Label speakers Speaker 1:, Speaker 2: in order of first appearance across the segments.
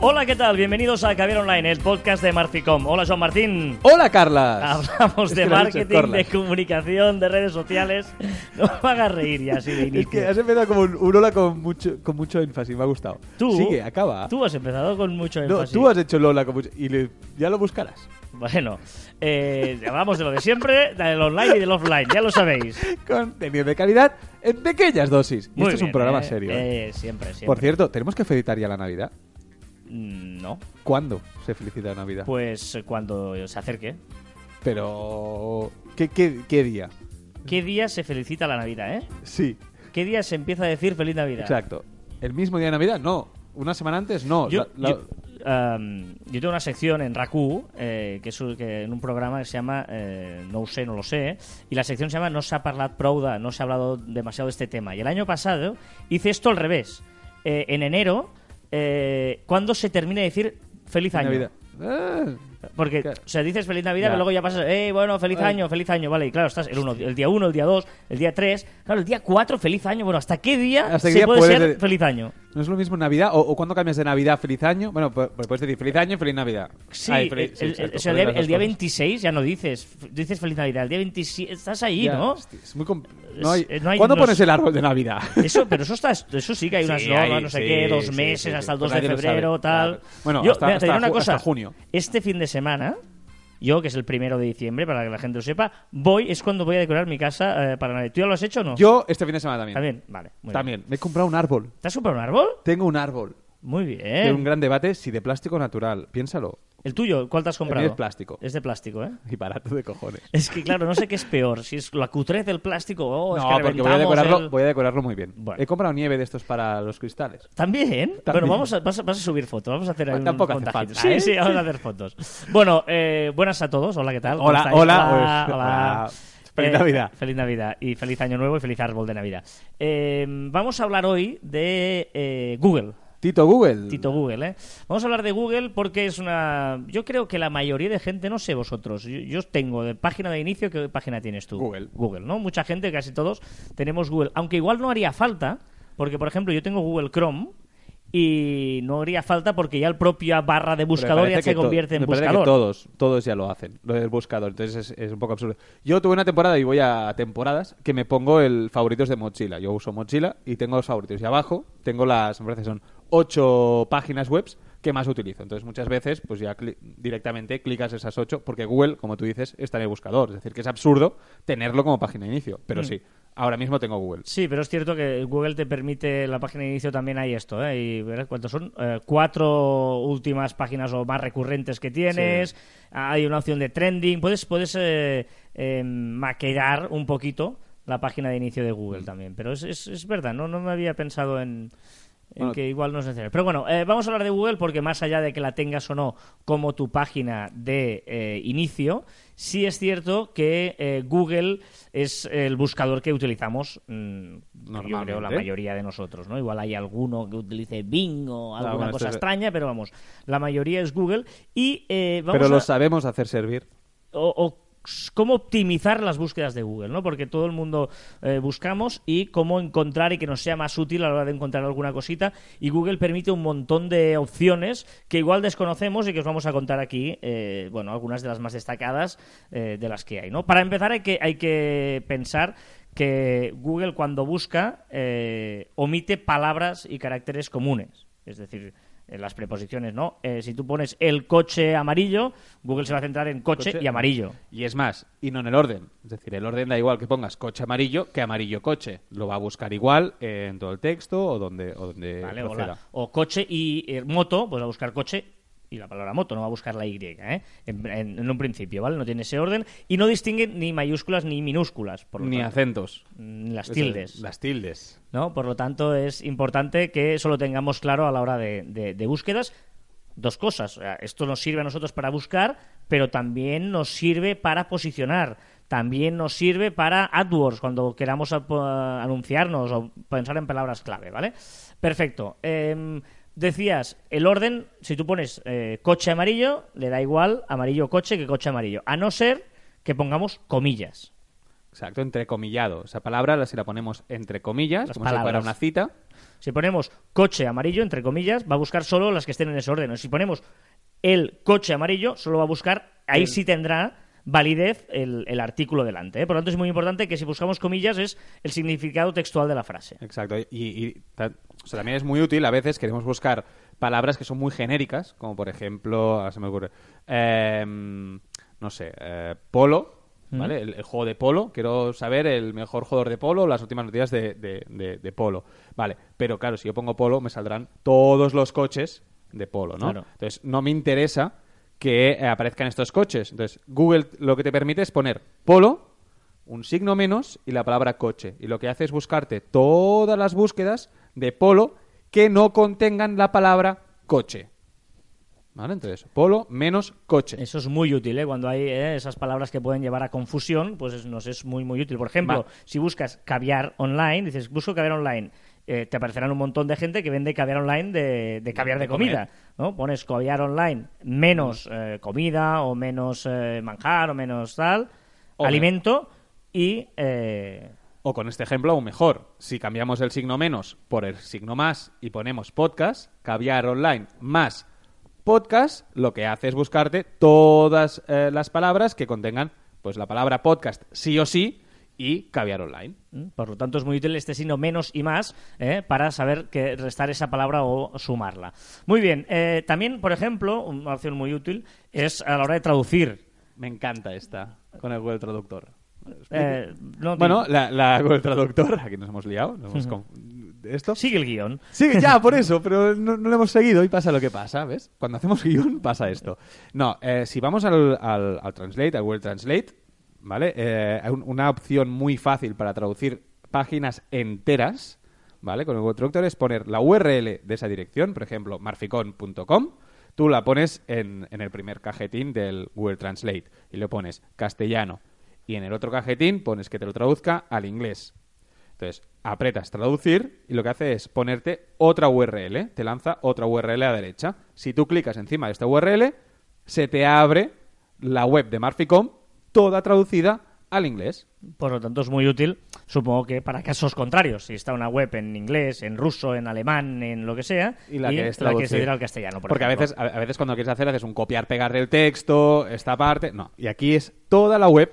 Speaker 1: Hola, ¿qué tal? Bienvenidos a Caviar Online, el podcast de Marficom. Hola, Joan Martín.
Speaker 2: Hola, Carla.
Speaker 1: Hablamos
Speaker 2: Es
Speaker 1: de
Speaker 2: que lo has dicho,
Speaker 1: marketing,
Speaker 2: Corla.
Speaker 1: de comunicación, de redes sociales. No me hagas reír ya así de
Speaker 2: Es que
Speaker 1: inicio.
Speaker 2: has empezado como un, un hola con mucho, con mucho énfasis, me ha gustado.
Speaker 1: Tú,
Speaker 2: Sigue, acaba.
Speaker 1: Tú has empezado con mucho
Speaker 2: no,
Speaker 1: énfasis.
Speaker 2: tú has hecho el hola con mucho. Y le- ya lo buscarás.
Speaker 1: Bueno, eh, hablamos de lo de siempre, del online y del offline, ya lo sabéis.
Speaker 2: Contenido de calidad en pequeñas dosis. Y
Speaker 1: Muy
Speaker 2: esto Este es
Speaker 1: bien,
Speaker 2: un programa
Speaker 1: eh,
Speaker 2: serio. ¿eh?
Speaker 1: eh, siempre, siempre.
Speaker 2: Por cierto, ¿tenemos que felicitar ya la Navidad?
Speaker 1: Mm, No,
Speaker 2: ¿Cuándo se felicita la Navidad?
Speaker 1: pues eh, cuando se acerque.
Speaker 2: Pero. ¿qué, qué, qué día?
Speaker 1: ¿Qué día se felicita la Navidad, eh?
Speaker 2: Sí,
Speaker 1: ¿Qué día se empieza a decir Feliz Navidad?
Speaker 2: exacto. ¿El mismo día de Navidad? No. ¿Una semana antes? No.
Speaker 1: Yo,
Speaker 2: Oh, La- la-
Speaker 1: yo, ehm, yo tengo una sección en Raku, eh, que es un- que en un programa que se llama eh, No sé, no lo sé, y la sección se llama No se ha parlat prouda, no se ha hablado demasiado de este tema. Y el año pasado hice esto al revés. Eh, en enero, eh, cuando se termina de decir feliz este año.
Speaker 2: Navidad. Ah,
Speaker 1: Porque,
Speaker 2: Claro.
Speaker 1: o sea, dices feliz Navidad,
Speaker 2: Ya.
Speaker 1: pero luego ya pasas, eh, bueno, feliz
Speaker 2: Ay.
Speaker 1: año, feliz año, vale, y claro, estás el, uno, el día 1, el día 2, el día 3, claro, el día 4, feliz año, bueno, ¿hasta qué día
Speaker 2: ¿Hasta qué
Speaker 1: se
Speaker 2: día
Speaker 1: puede
Speaker 2: puedes
Speaker 1: ser
Speaker 2: de-
Speaker 1: feliz año?
Speaker 2: ¿No es lo mismo Navidad? ¿O, o cuando cambias de Navidad a feliz año? Bueno, pu- pues puedes decir feliz año y feliz Navidad.
Speaker 1: Sí,
Speaker 2: Ay, feliz-
Speaker 1: el-
Speaker 2: sí,
Speaker 1: el,
Speaker 2: exacto,
Speaker 1: o sea, el día,
Speaker 2: puedes las
Speaker 1: el día
Speaker 2: dos cosas.
Speaker 1: 26 ya no dices, f- dices feliz Navidad, el día 27 estás ahí,
Speaker 2: Ya,
Speaker 1: ¿no?
Speaker 2: hostia, es muy com- no hay-
Speaker 1: eh, no hay
Speaker 2: ¿Cuándo
Speaker 1: unos-
Speaker 2: pones el árbol de Navidad?
Speaker 1: Eso, pero eso está, eso sí que hay unas
Speaker 2: Sí,
Speaker 1: normas,
Speaker 2: hay,
Speaker 1: no sé
Speaker 2: sí,
Speaker 1: qué, dos
Speaker 2: sí,
Speaker 1: meses
Speaker 2: sí, sí.
Speaker 1: hasta el 2
Speaker 2: Pues
Speaker 1: de
Speaker 2: nadie lo sabe,
Speaker 1: febrero, tal.
Speaker 2: claro. Bueno,
Speaker 1: yo,
Speaker 2: hasta-
Speaker 1: mira, te diré
Speaker 2: hasta
Speaker 1: una
Speaker 2: ju-
Speaker 1: cosa.
Speaker 2: hasta junio.
Speaker 1: Este fin de semana, yo, que es el primero de diciembre, para que la gente lo sepa, voy, es cuando voy a decorar mi casa eh, para Navidad. ¿Tú ya lo has hecho o no?
Speaker 2: Yo este fin de semana también.
Speaker 1: También, vale. Muy bien.
Speaker 2: También. Me he comprado un árbol.
Speaker 1: ¿Te has comprado un árbol?
Speaker 2: Tengo un árbol.
Speaker 1: Muy
Speaker 2: Tengo
Speaker 1: bien.
Speaker 2: un gran debate si de plástico o natural. Piénsalo.
Speaker 1: ¿El tuyo? ¿Cuál te has
Speaker 2: mío
Speaker 1: comprado?
Speaker 2: es plástico.
Speaker 1: Es de plástico, ¿eh?
Speaker 2: Y barato de cojones.
Speaker 1: Es que, claro, no sé qué es peor, si es la cutrez del plástico o es
Speaker 2: no,
Speaker 1: Pues que
Speaker 2: porque voy a,
Speaker 1: reventamos
Speaker 2: decorarlo,
Speaker 1: el-
Speaker 2: voy a decorarlo muy bien.
Speaker 1: Bueno.
Speaker 2: He comprado nieve de estos para los cristales.
Speaker 1: ¿También? Bueno,
Speaker 2: También.
Speaker 1: vamos a, vas, a- vas a subir fotos, vamos a hacer ahí
Speaker 2: Bueno,
Speaker 1: un
Speaker 2: tampoco hace
Speaker 1: montajito.
Speaker 2: falta, ¿eh?
Speaker 1: Sí, sí, vamos a hacer fotos. Bueno, eh, buenas a todos, hola, ¿qué tal? ¿Cómo
Speaker 2: Hola,
Speaker 1: estáis?
Speaker 2: hola,
Speaker 1: hola,
Speaker 2: pues,
Speaker 1: hola.
Speaker 2: hola. Feliz Navidad.
Speaker 1: Feliz Navidad y feliz Año Nuevo y feliz Árbol de Navidad. Eh, vamos a hablar hoy de eh, Google.
Speaker 2: Tito Google.
Speaker 1: Tito Google, ¿eh? Vamos a hablar de Google porque es una... Yo creo que la mayoría de gente, no sé vosotros, yo, yo tengo de página de inicio, ¿qué página tienes tú?
Speaker 2: Google.
Speaker 1: Google, ¿no? Mucha gente, casi todos, tenemos Google. Aunque igual no haría falta, porque, por ejemplo, yo tengo Google Chrome y no haría falta porque ya el propia barra de
Speaker 2: Pero me
Speaker 1: buscador ya
Speaker 2: parece
Speaker 1: se
Speaker 2: que to-
Speaker 1: convierte en
Speaker 2: me parece que
Speaker 1: buscador.
Speaker 2: todos, todos ya lo hacen, lo del buscador. Entonces es, es un poco absurdo. Yo tuve una temporada y voy a temporadas que me pongo el favoritos de mochila. Yo uso mochila y tengo los favoritos. Y abajo tengo las, me parece que son ocho páginas webs que más utilizo. Entonces muchas veces pues ya cli- directamente clicas esas ocho porque Google, como tú dices, está en el buscador. Es decir, que es absurdo tenerlo como página de inicio.
Speaker 1: Mm.
Speaker 2: Pero sí, ahora mismo tengo Google.
Speaker 1: Sí, pero es cierto que Google te permite la página de inicio también hay esto, ¿eh? Y verás cuántos son Eh, cuatro últimas páginas o más recurrentes que tienes. Hay una opción de trending. Puedes puedes eh, eh, maquillar un poquito la página de inicio de Google también. Pero es, es- es verdad, no no me había pensado en en
Speaker 2: Bueno,
Speaker 1: que igual no es necesario. Pero bueno, eh, vamos a hablar de Google porque más allá de que la tengas o no como tu página de eh, inicio, sí es cierto que eh, Google es el buscador que utilizamos, mm, yo creo, la
Speaker 2: Normalmente.
Speaker 1: mayoría de nosotros, ¿no? Igual hay alguno que utilice Bing o alguna
Speaker 2: Ah, bueno, esto
Speaker 1: cosa
Speaker 2: es-
Speaker 1: extraña, pero vamos, la mayoría es Google y eh, vamos
Speaker 2: Pero
Speaker 1: a-
Speaker 2: lo sabemos hacer servir.
Speaker 1: o, o s- cómo optimizar las búsquedas de Google, ¿no? Porque todo el mundo eh, buscamos y cómo encontrar y que nos sea más útil a la hora de encontrar alguna cosita. Y Google permite un montón de opciones que igual desconocemos y que os vamos a contar aquí, eh, bueno, algunas de las más destacadas eh, de las que hay, ¿no? Para empezar hay que, hay que pensar que Google cuando busca eh, omite palabras y caracteres comunes. Es decir, en las preposiciones, ¿no? Eh, si tú pones el coche amarillo, Google se va a centrar en coche,
Speaker 2: Coche.
Speaker 1: y amarillo.
Speaker 2: Y es más, y no en el orden. Es decir, el orden da igual que pongas coche amarillo que amarillo coche. Lo va a buscar igual eh, en todo el texto o donde, o donde
Speaker 1: ¿vale? O,
Speaker 2: proceda.
Speaker 1: la- o coche y eh, moto, pues va a buscar coche y la palabra moto, no va a buscar la Y, ¿eh? En, en- en un principio, ¿vale? No tiene ese orden y no distingue ni mayúsculas ni minúsculas, por lo
Speaker 2: Ni
Speaker 1: tanto.
Speaker 2: acentos.
Speaker 1: Mm, las
Speaker 2: Es decir,
Speaker 1: tildes.
Speaker 2: Las tildes.
Speaker 1: ¿no? Por lo tanto, es importante que eso lo tengamos claro a la hora de, de- de búsquedas. Dos cosas. O sea, Esto nos sirve a nosotros para buscar, pero también nos sirve para posicionar. También nos sirve para AdWords, cuando queramos ap- eh, anunciarnos o pensar en palabras clave, ¿vale? Perfecto. Em, decías, el orden, si tú pones eh, coche amarillo, le da igual amarillo coche que coche amarillo, a no ser que pongamos comillas.
Speaker 2: Exacto, entrecomillado. Esa palabra, la- si la ponemos entre comillas,
Speaker 1: Las
Speaker 2: como si fuera
Speaker 1: palabras.
Speaker 2: una cita,
Speaker 1: Si ponemos coche amarillo, entre comillas, va a buscar solo las que estén en ese orden. Si ponemos el coche amarillo, solo va a buscar, ahí sí tendrá validez el, el artículo delante. ¿eh? Por lo tanto, es muy importante que si buscamos comillas es el significado textual de la frase.
Speaker 2: Exacto. Y, y ta- o sea, también es muy útil, a veces queremos buscar palabras que son muy genéricas, como por ejemplo, ahora se me ocurre, em, no sé, eh, polo, ¿vale? El, el juego de polo, quiero saber el mejor jugador de polo, las últimas noticias de, de- de- de polo, ¿vale? Pero claro, si yo pongo polo, me saldrán todos los coches de polo, ¿no?
Speaker 1: Claro.
Speaker 2: Entonces, no me interesa que eh, aparezcan estos coches. Entonces, Google lo que te permite es poner polo, un signo menos y la palabra coche. Y lo que hace es buscarte todas las búsquedas de polo que no contengan la palabra coche. ¿Vale? Entonces, polo menos coche.
Speaker 1: Eso es muy útil, ¿eh? Cuando hay ¿eh? esas palabras que pueden llevar a confusión, pues es- nos es muy, muy útil. Por ejemplo,
Speaker 2: Va.
Speaker 1: si buscas caviar online, dices, busco caviar online, eh, te aparecerán un montón de gente que vende caviar online de, de caviar
Speaker 2: De
Speaker 1: de,
Speaker 2: comer.
Speaker 1: comida, ¿no? Pones caviar online menos eh, comida o menos eh, manjar o menos tal,
Speaker 2: O me-
Speaker 1: alimento y... eh,
Speaker 2: O con este ejemplo aún mejor, si cambiamos el signo menos por el signo más y ponemos podcast, caviar online más podcast, lo que hace es buscarte todas eh, las palabras que contengan pues la palabra podcast sí o sí y caviar online.
Speaker 1: ¿Mm? Por lo tanto, es muy útil este signo menos y más ¿eh? para saber que restar esa palabra o sumarla. Muy bien. eh, también, por ejemplo, una opción muy útil es a la hora de traducir.
Speaker 2: Me encanta esta con el Google Traductor.
Speaker 1: Eh, no te-
Speaker 2: Bueno, la, la Google Traductor, aquí nos hemos liado, nos hemos con- de esto.
Speaker 1: sigue el guión.
Speaker 2: Sí, ya, por eso, pero no, no lo hemos seguido y pasa lo que pasa, ¿ves? Cuando hacemos guión pasa esto. No, eh, si vamos al, al- al Translate, al Google Translate, ¿vale? Eh, hay un- una opción muy fácil para traducir páginas enteras, ¿vale? Con el Google Traductor es poner la URL de esa dirección, por ejemplo, marficon.com, tú la pones en, en el primer cajetín del Google Translate y le pones castellano. Y en el otro cajetín pones que te lo traduzca al inglés. Entonces, apretas traducir y lo que hace es ponerte otra URL, te lanza otra URL a la derecha. Si tú clicas encima de esta URL, se te abre la web de Marficom toda traducida al inglés.
Speaker 1: Por lo tanto, es muy útil, supongo que para casos contrarios. Si está una web en inglés, en ruso, en alemán, en lo que sea,
Speaker 2: Y la que es traducir.
Speaker 1: se dirá al castellano. Por
Speaker 2: Porque a
Speaker 1: ejemplo.
Speaker 2: veces, a a veces cuando quieres hacer, haces un copiar-pegar del texto, esta parte. No, y aquí es toda la web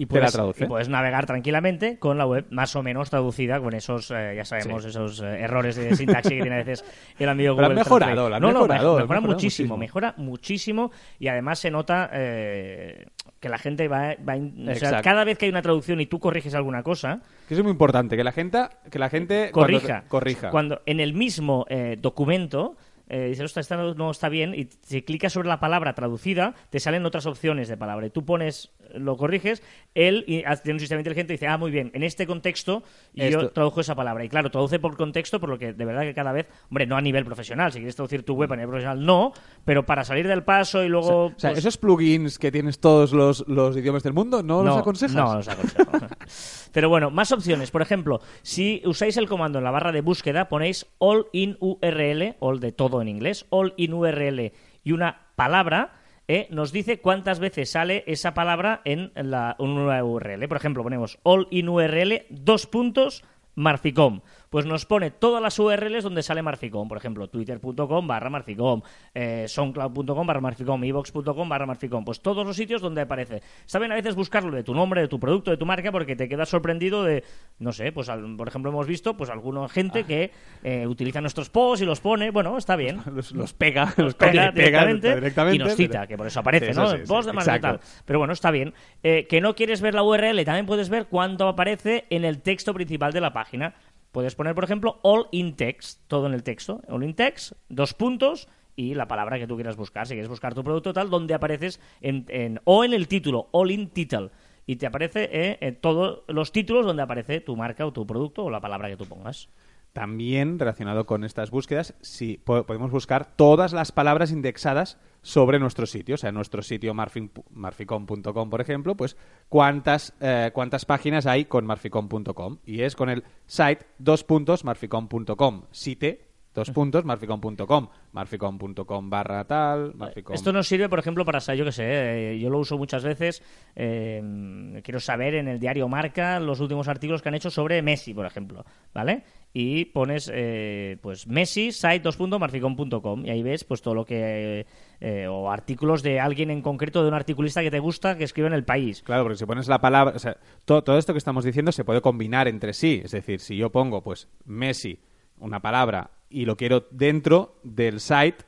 Speaker 1: y
Speaker 2: te la
Speaker 1: puedes,
Speaker 2: traduce.
Speaker 1: y puedes navegar tranquilamente con la web más o menos traducida con esos, eh, ya sabemos, esos eh, errores de sintaxis que tiene a veces el amigo
Speaker 2: Pero han
Speaker 1: Google Translate.
Speaker 2: mejorado, lo han
Speaker 1: no, no,
Speaker 2: mejorado, lo han
Speaker 1: mejora
Speaker 2: mejorado
Speaker 1: muchísimo,
Speaker 2: muchísimo.
Speaker 1: mejora muchísimo y además se nota eh, que la gente va... va in- o sea,
Speaker 2: Exacto.
Speaker 1: cada vez que hay una traducción y tú corriges alguna cosa,
Speaker 2: Que eso es muy importante, que la gente, que la gente cuando-
Speaker 1: corrija.
Speaker 2: corrija.
Speaker 1: Cuando en el mismo eh, documento eh, dices, "Ostras, esta no- no está bien, y si clicas sobre la palabra traducida, te salen otras opciones de palabra. Y tú pones, lo corriges, él y hace- tiene un sistema inteligente y dice, ah, muy bien, en este contexto y yo
Speaker 2: Esto.
Speaker 1: tradujo esa palabra. Y claro, traduce por contexto, por lo que de verdad que cada vez, hombre, no a nivel profesional, si quieres traducir tu web a nivel profesional, no, pero para salir del paso y luego...
Speaker 2: O sea,
Speaker 1: pues,
Speaker 2: esos plugins que tienes todos los, los idiomas del mundo, ¿no, los aconsejas?
Speaker 1: no los aconsejo. Pero bueno, más opciones. Por ejemplo, si usáis el comando en la barra de búsqueda, ponéis all in URL, all de todo en inglés, all in URL y una palabra. ¿eh? nos dice cuántas veces sale esa palabra en la, en una URL. Por ejemplo, ponemos all in URL, dos puntos, Marficom. Pues nos pone todas las URLs donde sale Marficom. Por ejemplo, twitter.com barra Marficom, eh, soundcloud.com barra Marficom, evox.com barra Marficom. Pues todos los sitios donde aparece. Saben a veces buscarlo de tu nombre, de tu producto, de tu marca, porque te quedas sorprendido de, no sé, pues al- por ejemplo hemos visto pues alguna gente
Speaker 2: Ah.
Speaker 1: que eh, utiliza nuestros posts y los pone. Bueno, está bien.
Speaker 2: Los, los pega, los,
Speaker 1: Nos pega
Speaker 2: copia y pega
Speaker 1: directamente, y nos cita,
Speaker 2: pero-
Speaker 1: que por eso aparece,
Speaker 2: Eso
Speaker 1: ¿no?
Speaker 2: sí, sí,
Speaker 1: Post de Marta
Speaker 2: exacto.
Speaker 1: tal. Pero bueno, está bien. Eh, que no quieres ver la URL, también puedes ver cuánto aparece en el texto principal de la página. Puedes poner, por ejemplo, all in text, todo en el texto. All in text, dos puntos y la palabra que tú quieras buscar. Si quieres buscar tu producto tal, donde apareces en, en- o en el título, all in title. Y te aparece eh, en todos los títulos donde aparece tu marca o tu producto o la palabra que tú pongas.
Speaker 2: También relacionado con estas búsquedas, si podemos buscar todas las palabras indexadas sobre nuestro sitio, o sea, en nuestro sitio marfin- marficom.com, por ejemplo, pues cuántas, eh, cuántas páginas hay con marficom.com. Y es con el site dos puntos marficom.com, site dos puntos, marficon.com, marficon.com barra tal, marficon...
Speaker 1: Esto nos sirve, por ejemplo, para, sa- yo que sé, eh, yo lo uso muchas veces, eh, quiero saber en el diario Marca los últimos artículos que han hecho sobre Messi, por ejemplo, ¿vale? Y pones, eh, pues, Messi, site, dos puntos, marficon.com, y ahí ves, pues, todo lo que... eh, o artículos de alguien en concreto, de un articulista que te gusta, que escribe en El País.
Speaker 2: Claro, porque si pones la palabra, o sea, todo, todo esto que estamos diciendo se puede combinar entre sí. Es decir, si yo pongo, pues, Messi, una palabra, y lo quiero dentro del site,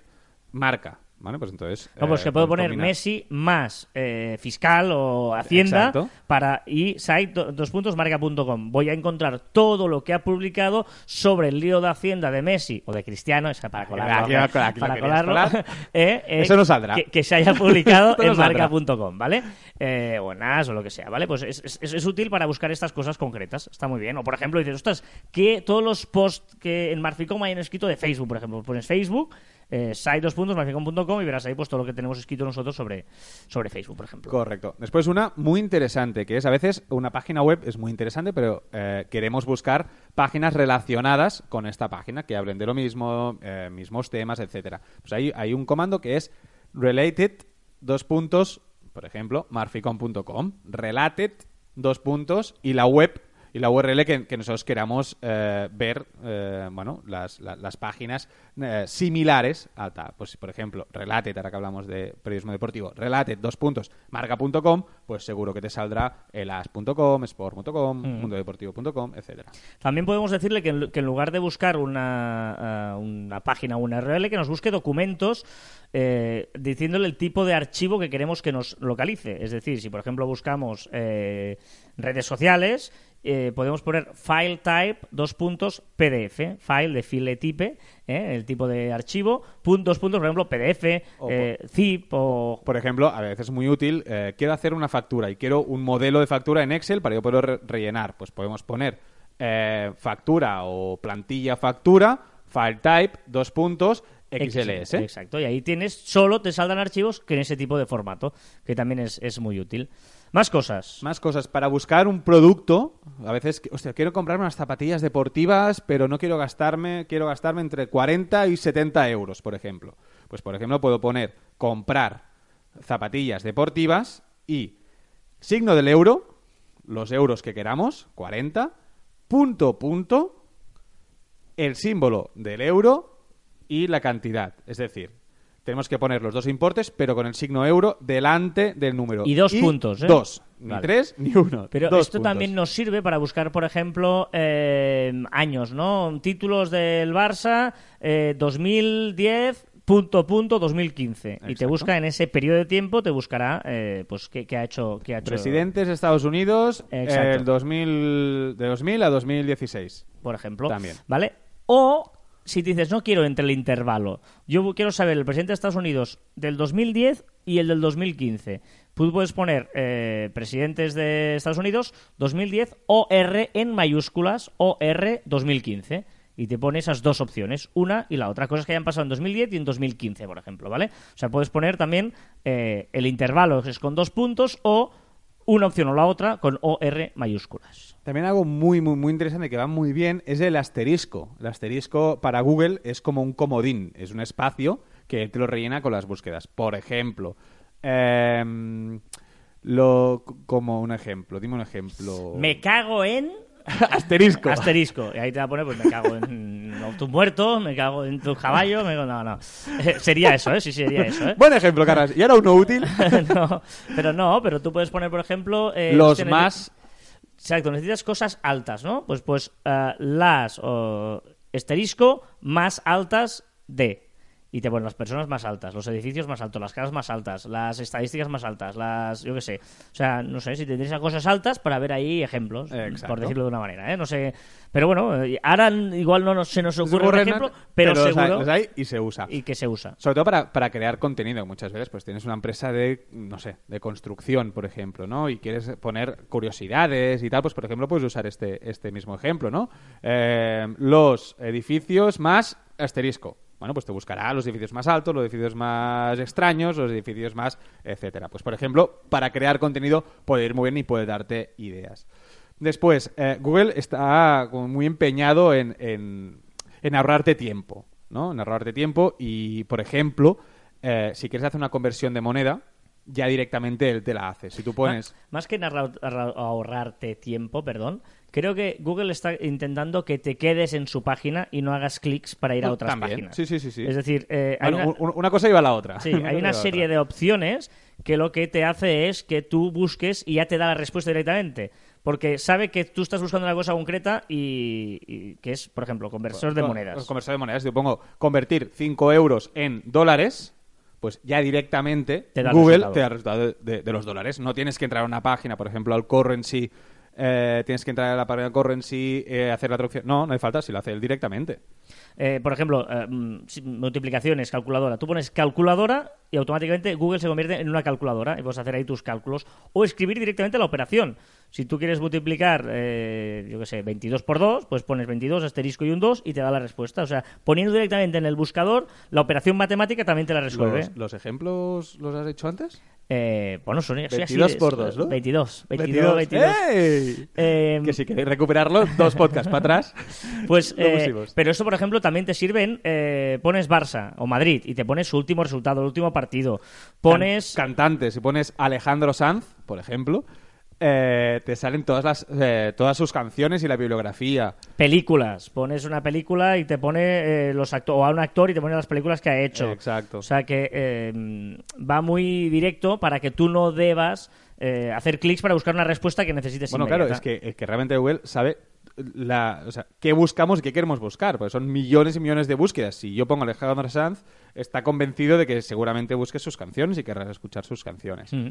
Speaker 2: marca. Vale, pues entonces.
Speaker 1: No, pues
Speaker 2: eh,
Speaker 1: que puedo
Speaker 2: podemos
Speaker 1: poner
Speaker 2: combinar.
Speaker 1: Messi más eh, fiscal o Hacienda
Speaker 2: Exacto.
Speaker 1: para y site do- dos puntos marca.com. Voy a encontrar todo lo que ha publicado sobre el lío de Hacienda de Messi o de Cristiano, es para colarlo.
Speaker 2: Aquí, aquí, aquí lo
Speaker 1: para
Speaker 2: querías
Speaker 1: colarlo.
Speaker 2: colar.
Speaker 1: eh, eh,
Speaker 2: Eso no saldrá.
Speaker 1: Que, que se haya publicado
Speaker 2: Esto no
Speaker 1: en
Speaker 2: saldrá.
Speaker 1: marca.com, ¿vale? Eh, o en AS o lo que sea, ¿vale? Pues es, es- es útil para buscar estas cosas concretas. Está muy bien. O por ejemplo, dices, ostras, que todos los posts que en Marficom hayan escrito de Facebook, por ejemplo. Pones Facebook, eh, site dos puntos, marficom.com y verás ahí pues todo lo que tenemos escrito nosotros sobre, sobre Facebook, por ejemplo.
Speaker 2: Correcto. Después una muy interesante, que es a veces una página web es muy interesante, pero eh, queremos buscar páginas relacionadas con esta página, que hablen de lo mismo, eh, mismos temas, etcétera. Pues ahí hay un comando que es related, dos puntos, por ejemplo, marficom.com, related, dos puntos, y la web y la URL que, que nosotros queramos eh, ver, eh, bueno, las, la- las páginas eh, similares a tal. Pues, por ejemplo, Related, ahora que hablamos de periodismo deportivo, Related, dos puntos, marca.com, pues seguro que te saldrá elas.com, sport.com, mundodeportivo.com, etcétera.
Speaker 1: También podemos decirle que en, lu- que en lugar de buscar una, ah, una página o una URL, que nos busque documentos eh, diciéndole el tipo de archivo que queremos que nos localice. Es decir, si por ejemplo buscamos eh, redes sociales, eh, podemos poner file type, dos puntos, PDF, file de file type, eh, el tipo de archivo, puntos, dos puntos, por ejemplo, PDF,
Speaker 2: O
Speaker 1: eh, zip o...
Speaker 2: Por ejemplo, a veces es muy útil, eh, quiero hacer una factura y quiero un modelo de factura en Excel para yo poder re- rellenar. Pues podemos poner eh, factura o plantilla factura, file type, dos puntos, XLS.
Speaker 1: Exacto, y ahí tienes, solo te saldan archivos que en ese tipo de formato, que también es, es muy útil. Más cosas.
Speaker 2: Más cosas. Para buscar un producto, a veces, hostia, quiero comprarme unas zapatillas deportivas, pero no quiero gastarme, quiero gastarme entre 40 y 70 euros, por ejemplo. Pues, por ejemplo, puedo poner comprar zapatillas deportivas y signo del euro, los euros que queramos, 40, punto, punto, el símbolo del euro y la cantidad. Es decir, tenemos que poner los dos importes, pero con el signo euro delante del número.
Speaker 1: Y dos puntos, ¿eh?
Speaker 2: Dos. Ni
Speaker 1: Vale.
Speaker 2: tres, ni uno.
Speaker 1: Pero
Speaker 2: Dos
Speaker 1: esto
Speaker 2: puntos.
Speaker 1: también nos sirve para buscar, por ejemplo, eh, años, ¿no? Títulos del Barça, eh, 2010, punto, punto, 2015. Y te
Speaker 2: Exacto.
Speaker 1: busca en ese periodo de tiempo, te buscará, eh, pues, qué, qué ha hecho... Qué ha hecho
Speaker 2: Presidentes de Estados Unidos,
Speaker 1: Exacto.
Speaker 2: el 2000, de 2000 a 2016.
Speaker 1: por ejemplo.
Speaker 2: También.
Speaker 1: ¿Vale? O si te dices, no quiero entre el intervalo. Yo quiero saber el presidente de Estados Unidos del 2010 y el del 2015. Tú puedes poner eh, presidentes de Estados Unidos 2010 OR en mayúsculas OR 2015. Y te pone esas dos opciones, una y la otra. Cosas que hayan pasado en 2010 y en 2015, por ejemplo, ¿vale? O sea, puedes poner también eh, el intervalo es con dos puntos o una opción o la otra con OR mayúsculas.
Speaker 2: También algo muy, muy, muy interesante que va muy bien es el asterisco. El asterisco para Google es como un comodín, es un espacio que te lo rellena con las búsquedas. Por ejemplo, em, lo, como un ejemplo, dime un ejemplo.
Speaker 1: Me cago en...
Speaker 2: asterisco.
Speaker 1: Asterisco. Y ahí te va a poner, pues me cago en tus muertos, me cago en tus caballos, me cago... No, no. Eh, sería eso, ¿eh? Sí, sería eso, ¿eh?
Speaker 2: Buen ejemplo, Carras. Y ahora uno útil.
Speaker 1: No, pero no, pero tú puedes poner, por ejemplo... eh,
Speaker 2: Los
Speaker 1: hostia, neces-
Speaker 2: más
Speaker 1: Exacto, necesitas cosas altas, ¿no? Pues, pues ah, las o asterisco más altas de... Y te ponen las personas más altas, los edificios más altos, las casas más altas, las estadísticas más altas, las... yo qué sé. O sea, no sé, si te interesan cosas altas para ver ahí ejemplos,
Speaker 2: Exacto.
Speaker 1: por decirlo de una manera, ¿eh? No sé... Pero bueno, eh, ahora n- igual no nos- se nos ocurre un
Speaker 2: ocurren,
Speaker 1: ejemplo, pero,
Speaker 2: los hay-
Speaker 1: seguro...
Speaker 2: los hay y se usa.
Speaker 1: Y que se usa.
Speaker 2: Sobre todo para, para crear contenido, muchas veces, pues tienes una empresa de, no sé, de construcción, por ejemplo, ¿no? Y quieres poner curiosidades y tal, pues por ejemplo, puedes usar este, este mismo ejemplo, ¿no? Eh, los edificios más asterisco. Bueno, pues te buscará los edificios más altos, los edificios más extraños, los edificios más, etcétera. Pues por ejemplo, para crear contenido puede ir muy bien y puede darte ideas. Después, eh, Google está como muy empeñado en- en en ahorrarte tiempo. ¿no? En ahorrarte tiempo y, por ejemplo, eh, si quieres hacer una conversión de moneda, ya directamente él te la hace. Si tú pones...
Speaker 1: Más, más que narra- arra- ahorrarte tiempo, perdón, creo que Google está intentando que te quedes en su página y no hagas clics para ir a
Speaker 2: Pues
Speaker 1: otras
Speaker 2: también.
Speaker 1: páginas.
Speaker 2: Sí, sí, sí, sí.
Speaker 1: Es decir, eh, hay
Speaker 2: Bueno,
Speaker 1: una-
Speaker 2: un- una cosa lleva a la otra.
Speaker 1: Sí, hay
Speaker 2: lleva a
Speaker 1: una
Speaker 2: la
Speaker 1: serie
Speaker 2: otra.
Speaker 1: de opciones que lo que te hace es que tú busques y ya te da la respuesta directamente. Porque sabe que tú estás buscando una cosa concreta y, y que es, por ejemplo, conversor de
Speaker 2: Con-
Speaker 1: monedas.
Speaker 2: Conversor de monedas. Si yo pongo convertir 5 euros en dólares, pues ya directamente
Speaker 1: Te da el
Speaker 2: Google
Speaker 1: resultado.
Speaker 2: te da el resultado de, de- de los dólares. No tienes que entrar a una página, por ejemplo, al currency. eh, tienes que entrar a la página currency, eh, hacer la traducción. No, no hay falta, si lo hace él directamente.
Speaker 1: Eh, por ejemplo, eh, mm, si- multiplicaciones, calculadora. Tú pones calculadora y automáticamente Google se convierte en una calculadora y puedes hacer ahí tus cálculos o escribir directamente la operación. Si tú quieres multiplicar, eh, yo qué sé, 22 por 2, pues pones 22 asterisco y un 2 y te da la respuesta. O sea, poniendo directamente en el buscador, la operación matemática también te la resuelve.
Speaker 2: ¿Los, los ejemplos los has hecho antes?
Speaker 1: Eh, bueno, soy, soy así
Speaker 2: 22
Speaker 1: de-
Speaker 2: por 2, ¿no?
Speaker 1: 22, 22, 22.
Speaker 2: ¡Ey!
Speaker 1: Eh,
Speaker 2: Que si queréis recuperarlo, dos podcasts para atrás.
Speaker 1: Pues,
Speaker 2: Lo
Speaker 1: eh,
Speaker 2: pusimos.
Speaker 1: pero eso, por ejemplo, también te sirve en, eh, pones Barça o Madrid y te pones su último resultado, el último partido. Pones...
Speaker 2: Can- cantantes. Si pones Alejandro Sanz, por ejemplo, eh, te salen todas las eh, todas sus canciones y la bibliografía.
Speaker 1: películas. Pones una película y te pone eh, los acto- o a un actor y te pone las películas que ha hecho.
Speaker 2: Exacto.
Speaker 1: O sea que eh, va muy directo para que tú no debas eh, hacer clics para buscar una respuesta que necesites.
Speaker 2: Bueno, claro,
Speaker 1: inmediata.
Speaker 2: es que, es que realmente Google sabe la, o sea, qué buscamos y qué queremos buscar, porque son millones y millones de búsquedas. Si yo pongo Alejandro Sanz, está convencido de que seguramente busques sus canciones y querrás escuchar sus canciones.
Speaker 1: Mm.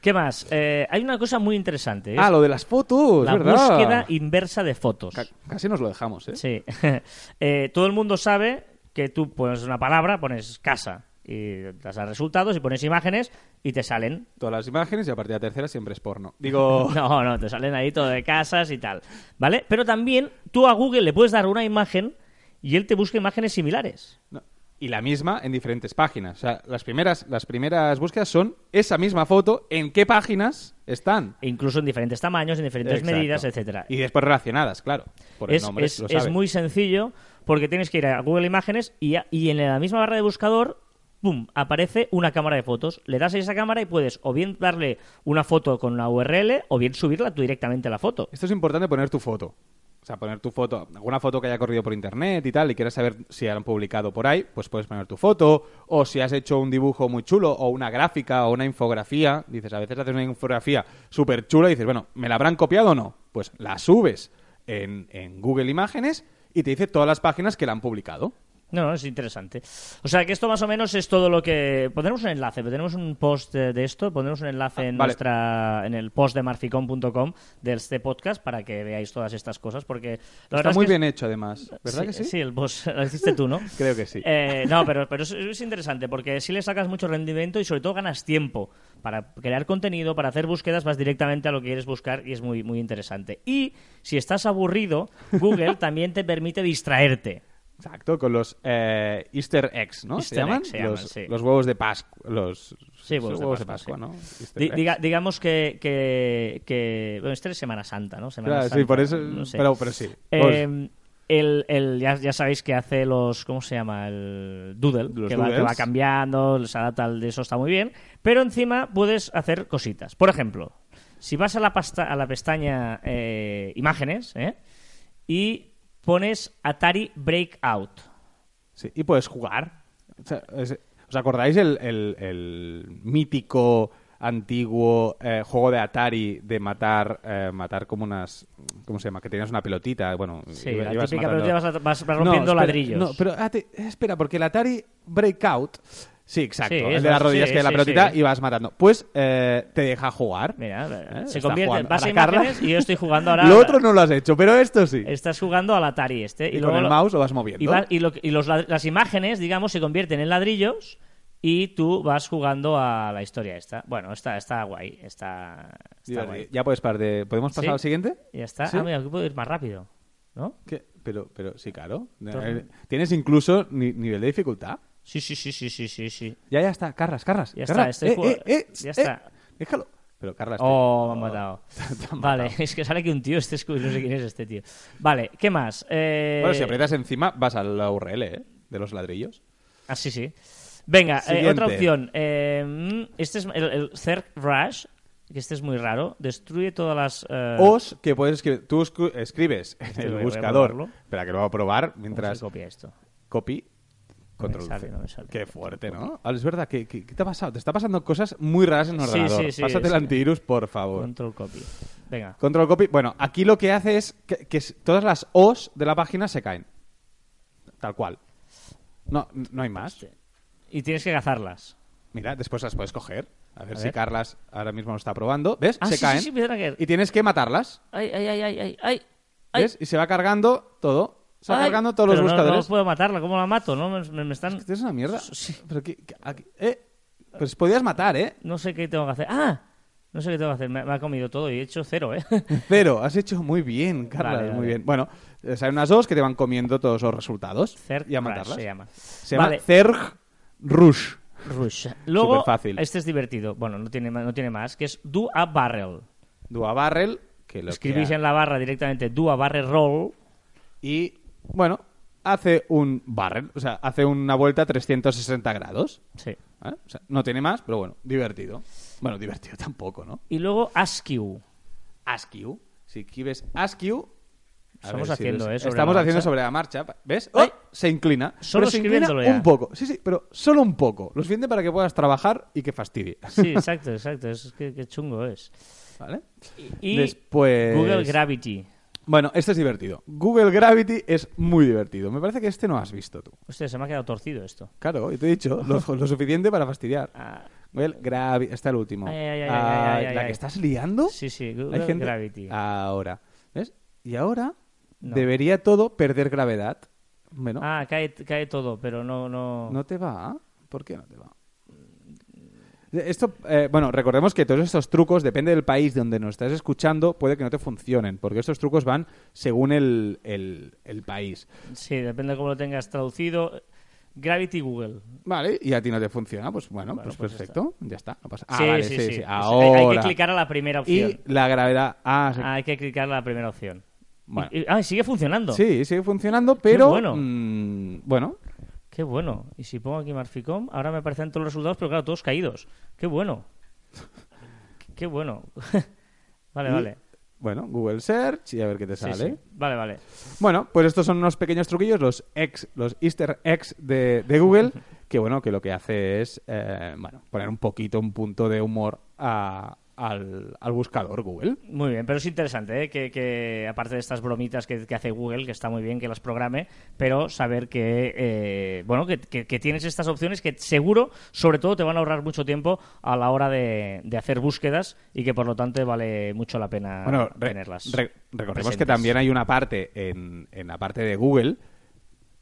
Speaker 1: ¿Qué más? Eh, hay una cosa muy interesante. es
Speaker 2: Ah, lo de las fotos,
Speaker 1: la
Speaker 2: ¿verdad?
Speaker 1: búsqueda inversa de fotos.
Speaker 2: Ca- Casi nos lo dejamos, ¿eh?
Speaker 1: Sí. Eh, todo el mundo sabe que tú pones una palabra, pones casa y te salen resultados y pones imágenes y te salen.
Speaker 2: Todas las imágenes y a partir de la tercera siempre es porno. Digo,
Speaker 1: No, no, te salen ahí todo de casas y tal. ¿Vale? Pero también tú a Google le puedes dar una imagen y él te busca imágenes similares.
Speaker 2: No, Y la misma en diferentes páginas. O sea, las primeras, las primeras búsquedas son esa misma foto, en qué páginas están.
Speaker 1: E incluso en diferentes tamaños, en diferentes
Speaker 2: Exacto.
Speaker 1: medidas, etcétera.
Speaker 2: Y después relacionadas, claro. Por el
Speaker 1: es,
Speaker 2: nombre,
Speaker 1: es-
Speaker 2: lo
Speaker 1: es
Speaker 2: sabe.
Speaker 1: muy sencillo porque tienes que ir a Google Imágenes y, a- y en la misma barra de buscador, ¡pum!, aparece una cámara de fotos. Le das a esa cámara y puedes o bien darle una foto con la URL o bien subirla tú directamente la foto.
Speaker 2: Esto es importante poner tu foto. O sea, poner tu foto, alguna foto que haya corrido por internet y tal, y quieras saber si la han publicado por ahí, pues puedes poner tu foto, o si has hecho un dibujo muy chulo, o una gráfica, o una infografía. Dices, a veces haces una infografía súper chula y dices, bueno, ¿me la habrán copiado o no? Pues la subes en, en Google Imágenes y te dice todas las páginas que la han publicado.
Speaker 1: No, no, es interesante. O sea que esto más o menos es todo lo que... Pondremos un enlace, pero tenemos un post eh, de esto, pondremos un enlace
Speaker 2: Ah,
Speaker 1: en,
Speaker 2: vale.
Speaker 1: nuestra, en el post de marficom.com de este podcast para que veáis todas estas cosas porque... La verdad
Speaker 2: Está
Speaker 1: es
Speaker 2: muy
Speaker 1: que es-
Speaker 2: bien hecho, además. ¿Verdad que sí?
Speaker 1: Sí, el boss lo hiciste tú, ¿no?
Speaker 2: Creo que sí.
Speaker 1: Eh, no, pero, pero es, es interesante porque sí le sacas mucho rendimiento y sobre todo ganas tiempo para crear contenido, para hacer búsquedas, vas directamente a lo que quieres buscar y es muy, muy interesante. Y si estás aburrido, Google también te permite distraerte.
Speaker 2: Exacto, con los eh, Easter eggs, ¿no?
Speaker 1: Easter
Speaker 2: ¿Se llaman?
Speaker 1: eggs se llaman,
Speaker 2: los,
Speaker 1: sí.
Speaker 2: los huevos de Pascua. Los
Speaker 1: Sí,
Speaker 2: los
Speaker 1: huevos de Pascua,
Speaker 2: ¿no?
Speaker 1: Di-
Speaker 2: Easter eggs.
Speaker 1: diga- digamos que, que, que- Bueno, este es Semana Santa, ¿no? Semana
Speaker 2: Claro, sí,
Speaker 1: Santa,
Speaker 2: por eso-
Speaker 1: no sé.
Speaker 2: pero- pero sí. pues,
Speaker 1: Eh, el, el- ya, ya sabéis que hace los. ¿Cómo se llama? El doodle.
Speaker 2: Los
Speaker 1: que, va, que
Speaker 2: doodles.
Speaker 1: va cambiando, se adapta al de eso, está muy bien. Pero encima puedes hacer cositas. Por ejemplo, si vas a la, pasta, a la pestaña eh, Imágenes ¿eh? y pones Atari Breakout.
Speaker 2: Sí, y puedes jugar. O sea, es- ¿Os acordáis el, el- el mítico, antiguo eh, juego de Atari de matar eh, matar como unas. ¿Cómo se llama? Que tenías una pelotita. Bueno,
Speaker 1: Sí,
Speaker 2: iba-
Speaker 1: la
Speaker 2: ibas
Speaker 1: típica
Speaker 2: matando-
Speaker 1: pelotita vas- vas- vas rompiendo
Speaker 2: espera,
Speaker 1: ladrillos.
Speaker 2: No, pero ah, te- espera, porque el Atari Breakout. Sí, exacto.
Speaker 1: Sí,
Speaker 2: el
Speaker 1: es
Speaker 2: de las
Speaker 1: más-
Speaker 2: rodillas
Speaker 1: sí,
Speaker 2: que es la
Speaker 1: sí,
Speaker 2: pelotita
Speaker 1: sí.
Speaker 2: y vas matando. Pues eh, te deja jugar.
Speaker 1: Mira, eh,
Speaker 2: ¿Eh?
Speaker 1: se
Speaker 2: Está
Speaker 1: convierte.
Speaker 2: jugando
Speaker 1: Vas
Speaker 2: a
Speaker 1: a
Speaker 2: la Carla.
Speaker 1: imágenes y yo estoy jugando ahora.
Speaker 2: Lo otro no lo has hecho, pero esto sí.
Speaker 1: Estás jugando al Atari este.
Speaker 2: Y,
Speaker 1: luego
Speaker 2: con el
Speaker 1: lo-
Speaker 2: mouse lo vas moviendo.
Speaker 1: Y, va- y lo- y los lad- las imágenes, digamos, se convierten en ladrillos y tú vas jugando a la historia esta. Bueno, está, está guay. Está, está
Speaker 2: Divertido.
Speaker 1: guay.
Speaker 2: ya puedes parar de- ¿Podemos pasar
Speaker 1: ¿Sí?
Speaker 2: al siguiente?
Speaker 1: Ya está.
Speaker 2: eh, ¿Sí?
Speaker 1: Ah, mira, aquí puedo ir más rápido. ¿No?
Speaker 2: ¿Qué? Pero, pero sí, claro. Eh,
Speaker 1: Torre.
Speaker 2: Tienes incluso ni- nivel de dificultad.
Speaker 1: Sí, sí, sí, sí, sí, sí, sí.
Speaker 2: Ya, ya está. Carras, Carras.
Speaker 1: Ya
Speaker 2: Carras. Eh,
Speaker 1: está, estoy jugando. Ya está.
Speaker 2: déjalo. Pero Carras. te-
Speaker 1: Oh, me han matado.
Speaker 2: te han
Speaker 1: Vale,
Speaker 2: matado.
Speaker 1: es que sale que un tío este es- no sé quién es este tío. Vale, ¿qué más? Eh,
Speaker 2: Bueno, si aprietas encima vas a la URL, ¿eh? de los ladrillos.
Speaker 1: Ah, sí, sí. Venga, eh, otra
Speaker 2: Siguiente.
Speaker 1: opción. Eh, este es el, el Zerg Rush, que este es muy raro. Destruye todas las... eh,
Speaker 2: Os que puedes escribir. Tú escri- escribes en
Speaker 1: voy-
Speaker 2: el
Speaker 1: voy a
Speaker 2: buscador.
Speaker 1: probarlo.
Speaker 2: Espera, que lo voy a probar
Speaker 1: ¿cómo
Speaker 2: mientras.
Speaker 1: se copia esto?
Speaker 2: Copy. Control
Speaker 1: sale,
Speaker 2: C.
Speaker 1: no me sale.
Speaker 2: Qué fuerte, ¿no? Ahora, Es verdad, ¿qué, qué, qué te ha pasado? Te está pasando cosas muy raras en el
Speaker 1: Sí,
Speaker 2: ordenador.
Speaker 1: sí, sí,
Speaker 2: Pásate el
Speaker 1: sí.
Speaker 2: antivirus, por favor.
Speaker 1: Control copy. Venga.
Speaker 2: Control copy. Bueno, aquí lo que hace es que, que s- todas las O's de la página se caen. Tal cual. No, no hay más.
Speaker 1: Este. Y tienes que cazarlas.
Speaker 2: Mira, después las puedes coger. A ver
Speaker 1: A
Speaker 2: si
Speaker 1: ver.
Speaker 2: Carlas ahora mismo lo está probando. ¿Ves?
Speaker 1: Ah,
Speaker 2: se
Speaker 1: sí, sí,
Speaker 2: caen.
Speaker 1: sí, empiezan a caer.
Speaker 2: Y tienes que matarlas.
Speaker 1: Ay, ay, ay, ay, ay, ay. ay.
Speaker 2: ¿Ves? Y se va cargando todo. Se va
Speaker 1: Ay.
Speaker 2: cargando todos
Speaker 1: Pero
Speaker 2: los
Speaker 1: no- No,
Speaker 2: buscadores.
Speaker 1: puedo matarla, ¿cómo la mato? No, me, me- me están...
Speaker 2: Esto es una mierda. Pero que, que- aquí- eh, pues podías matar, ¿eh?
Speaker 1: No sé qué tengo que hacer. ¡Ah! No sé qué tengo que hacer. Me, me ha comido todo y he hecho cero, ¿eh?
Speaker 2: Cero, has hecho muy bien, Carla,
Speaker 1: Vale,
Speaker 2: muy
Speaker 1: vale.
Speaker 2: bien. Bueno, eh, hay unas dos que te van comiendo todos los resultados
Speaker 1: Zerg
Speaker 2: y a
Speaker 1: Rush
Speaker 2: matarlas.
Speaker 1: se llama.
Speaker 2: Se llama
Speaker 1: Vale.
Speaker 2: Zerg Rush.
Speaker 1: Rush. Luego,
Speaker 2: Superfácil.
Speaker 1: este es divertido. Bueno, no tiene, ma- no tiene más, que es do a barrel.
Speaker 2: Dua Barrel, que lo
Speaker 1: Escribís
Speaker 2: que ha-
Speaker 1: en la barra directamente do a barrel roll.
Speaker 2: Y, bueno, hace un barrel, o sea, hace una vuelta 360 grados.
Speaker 1: Sí.
Speaker 2: ¿vale? O sea, no tiene más, pero bueno, divertido. Bueno, divertido tampoco, ¿no?
Speaker 1: Y luego askew.
Speaker 2: Askew. Si escribes Askew... a
Speaker 1: Estamos
Speaker 2: ver si
Speaker 1: haciendo,
Speaker 2: ves-
Speaker 1: ¿eh? Sobre
Speaker 2: Estamos
Speaker 1: la
Speaker 2: haciendo
Speaker 1: marcha.
Speaker 2: sobre la marcha. pa- ¿Ves?
Speaker 1: Ay.
Speaker 2: ¡Oh! Se inclina.
Speaker 1: Solo
Speaker 2: Pero se inclina
Speaker 1: escribiéndolo ya.
Speaker 2: un poco. Sí, sí, pero solo un poco. Lo suficiente para que puedas trabajar y que fastidie.
Speaker 1: Sí, exacto, exacto. Es que, qué chungo es.
Speaker 2: ¿Vale?
Speaker 1: Y
Speaker 2: Después-
Speaker 1: Google Gravity.
Speaker 2: Bueno, este es divertido. Google Gravity es muy divertido. Me parece que este no has visto tú.
Speaker 1: Hostia, se me ha quedado torcido esto.
Speaker 2: Claro, y te he dicho, lo, lo suficiente para fastidiar.
Speaker 1: Ah,
Speaker 2: Google Gravity, está el último.
Speaker 1: Ay, ay, ay,
Speaker 2: Ah,
Speaker 1: ay, ay,
Speaker 2: ¿La
Speaker 1: ay.
Speaker 2: que estás liando?
Speaker 1: sí, sí,
Speaker 2: Hay
Speaker 1: Google
Speaker 2: gente-
Speaker 1: Gravity.
Speaker 2: Ahora. ¿Ves? Y ahora
Speaker 1: No.
Speaker 2: debería todo perder gravedad. Bueno,
Speaker 1: Ah, cae, cae todo, pero no, no...
Speaker 2: ¿No te va? ¿Por qué no te va? Esto, eh, bueno, recordemos que todos estos trucos, depende del país donde nos estás escuchando, puede que no te funcionen, porque estos trucos van según el, el- el país.
Speaker 1: Sí, depende de cómo lo tengas traducido. Gravity Google.
Speaker 2: Vale, y a ti no te funciona, pues bueno,
Speaker 1: Bueno,
Speaker 2: pues,
Speaker 1: pues ya
Speaker 2: perfecto, ya está, no pasa. Ah,
Speaker 1: sí,
Speaker 2: vale,
Speaker 1: sí, sí, Pues hay-
Speaker 2: Ahora.
Speaker 1: Hay, que clicar a la primera opción.
Speaker 2: y la gravedad. Ah, sí.
Speaker 1: Ah, hay que clicar la primera opción.
Speaker 2: Bueno.
Speaker 1: Y- y- ah, y sigue funcionando.
Speaker 2: Sí, sigue funcionando, pero
Speaker 1: bueno.
Speaker 2: mm, bueno,
Speaker 1: Qué bueno. Y si pongo aquí Marficom, ahora me aparecen todos los resultados, pero claro, todos caídos. Qué bueno. Qué bueno. vale,
Speaker 2: Y-
Speaker 1: vale.
Speaker 2: bueno, Google Search y a ver qué te
Speaker 1: Sí,
Speaker 2: sale.
Speaker 1: sí. Vale, vale.
Speaker 2: Bueno, pues estos son unos pequeños truquillos, los ex, los Easter eggs de, de Google, que bueno, que lo que hace es eh, bueno, poner un poquito un punto de humor a- al, al buscador Google.
Speaker 1: Muy bien, pero es interesante ¿eh? que, que, aparte de estas bromitas que, que hace Google, que está muy bien que las programe, pero saber que eh, bueno que, que- que tienes estas opciones que seguro, sobre todo, te van a ahorrar mucho tiempo a la hora de, de hacer búsquedas y que por lo tanto vale mucho la pena
Speaker 2: Bueno, re-
Speaker 1: tenerlas.
Speaker 2: re- recordemos que
Speaker 1: presentes.
Speaker 2: también hay una parte en, en la parte de Google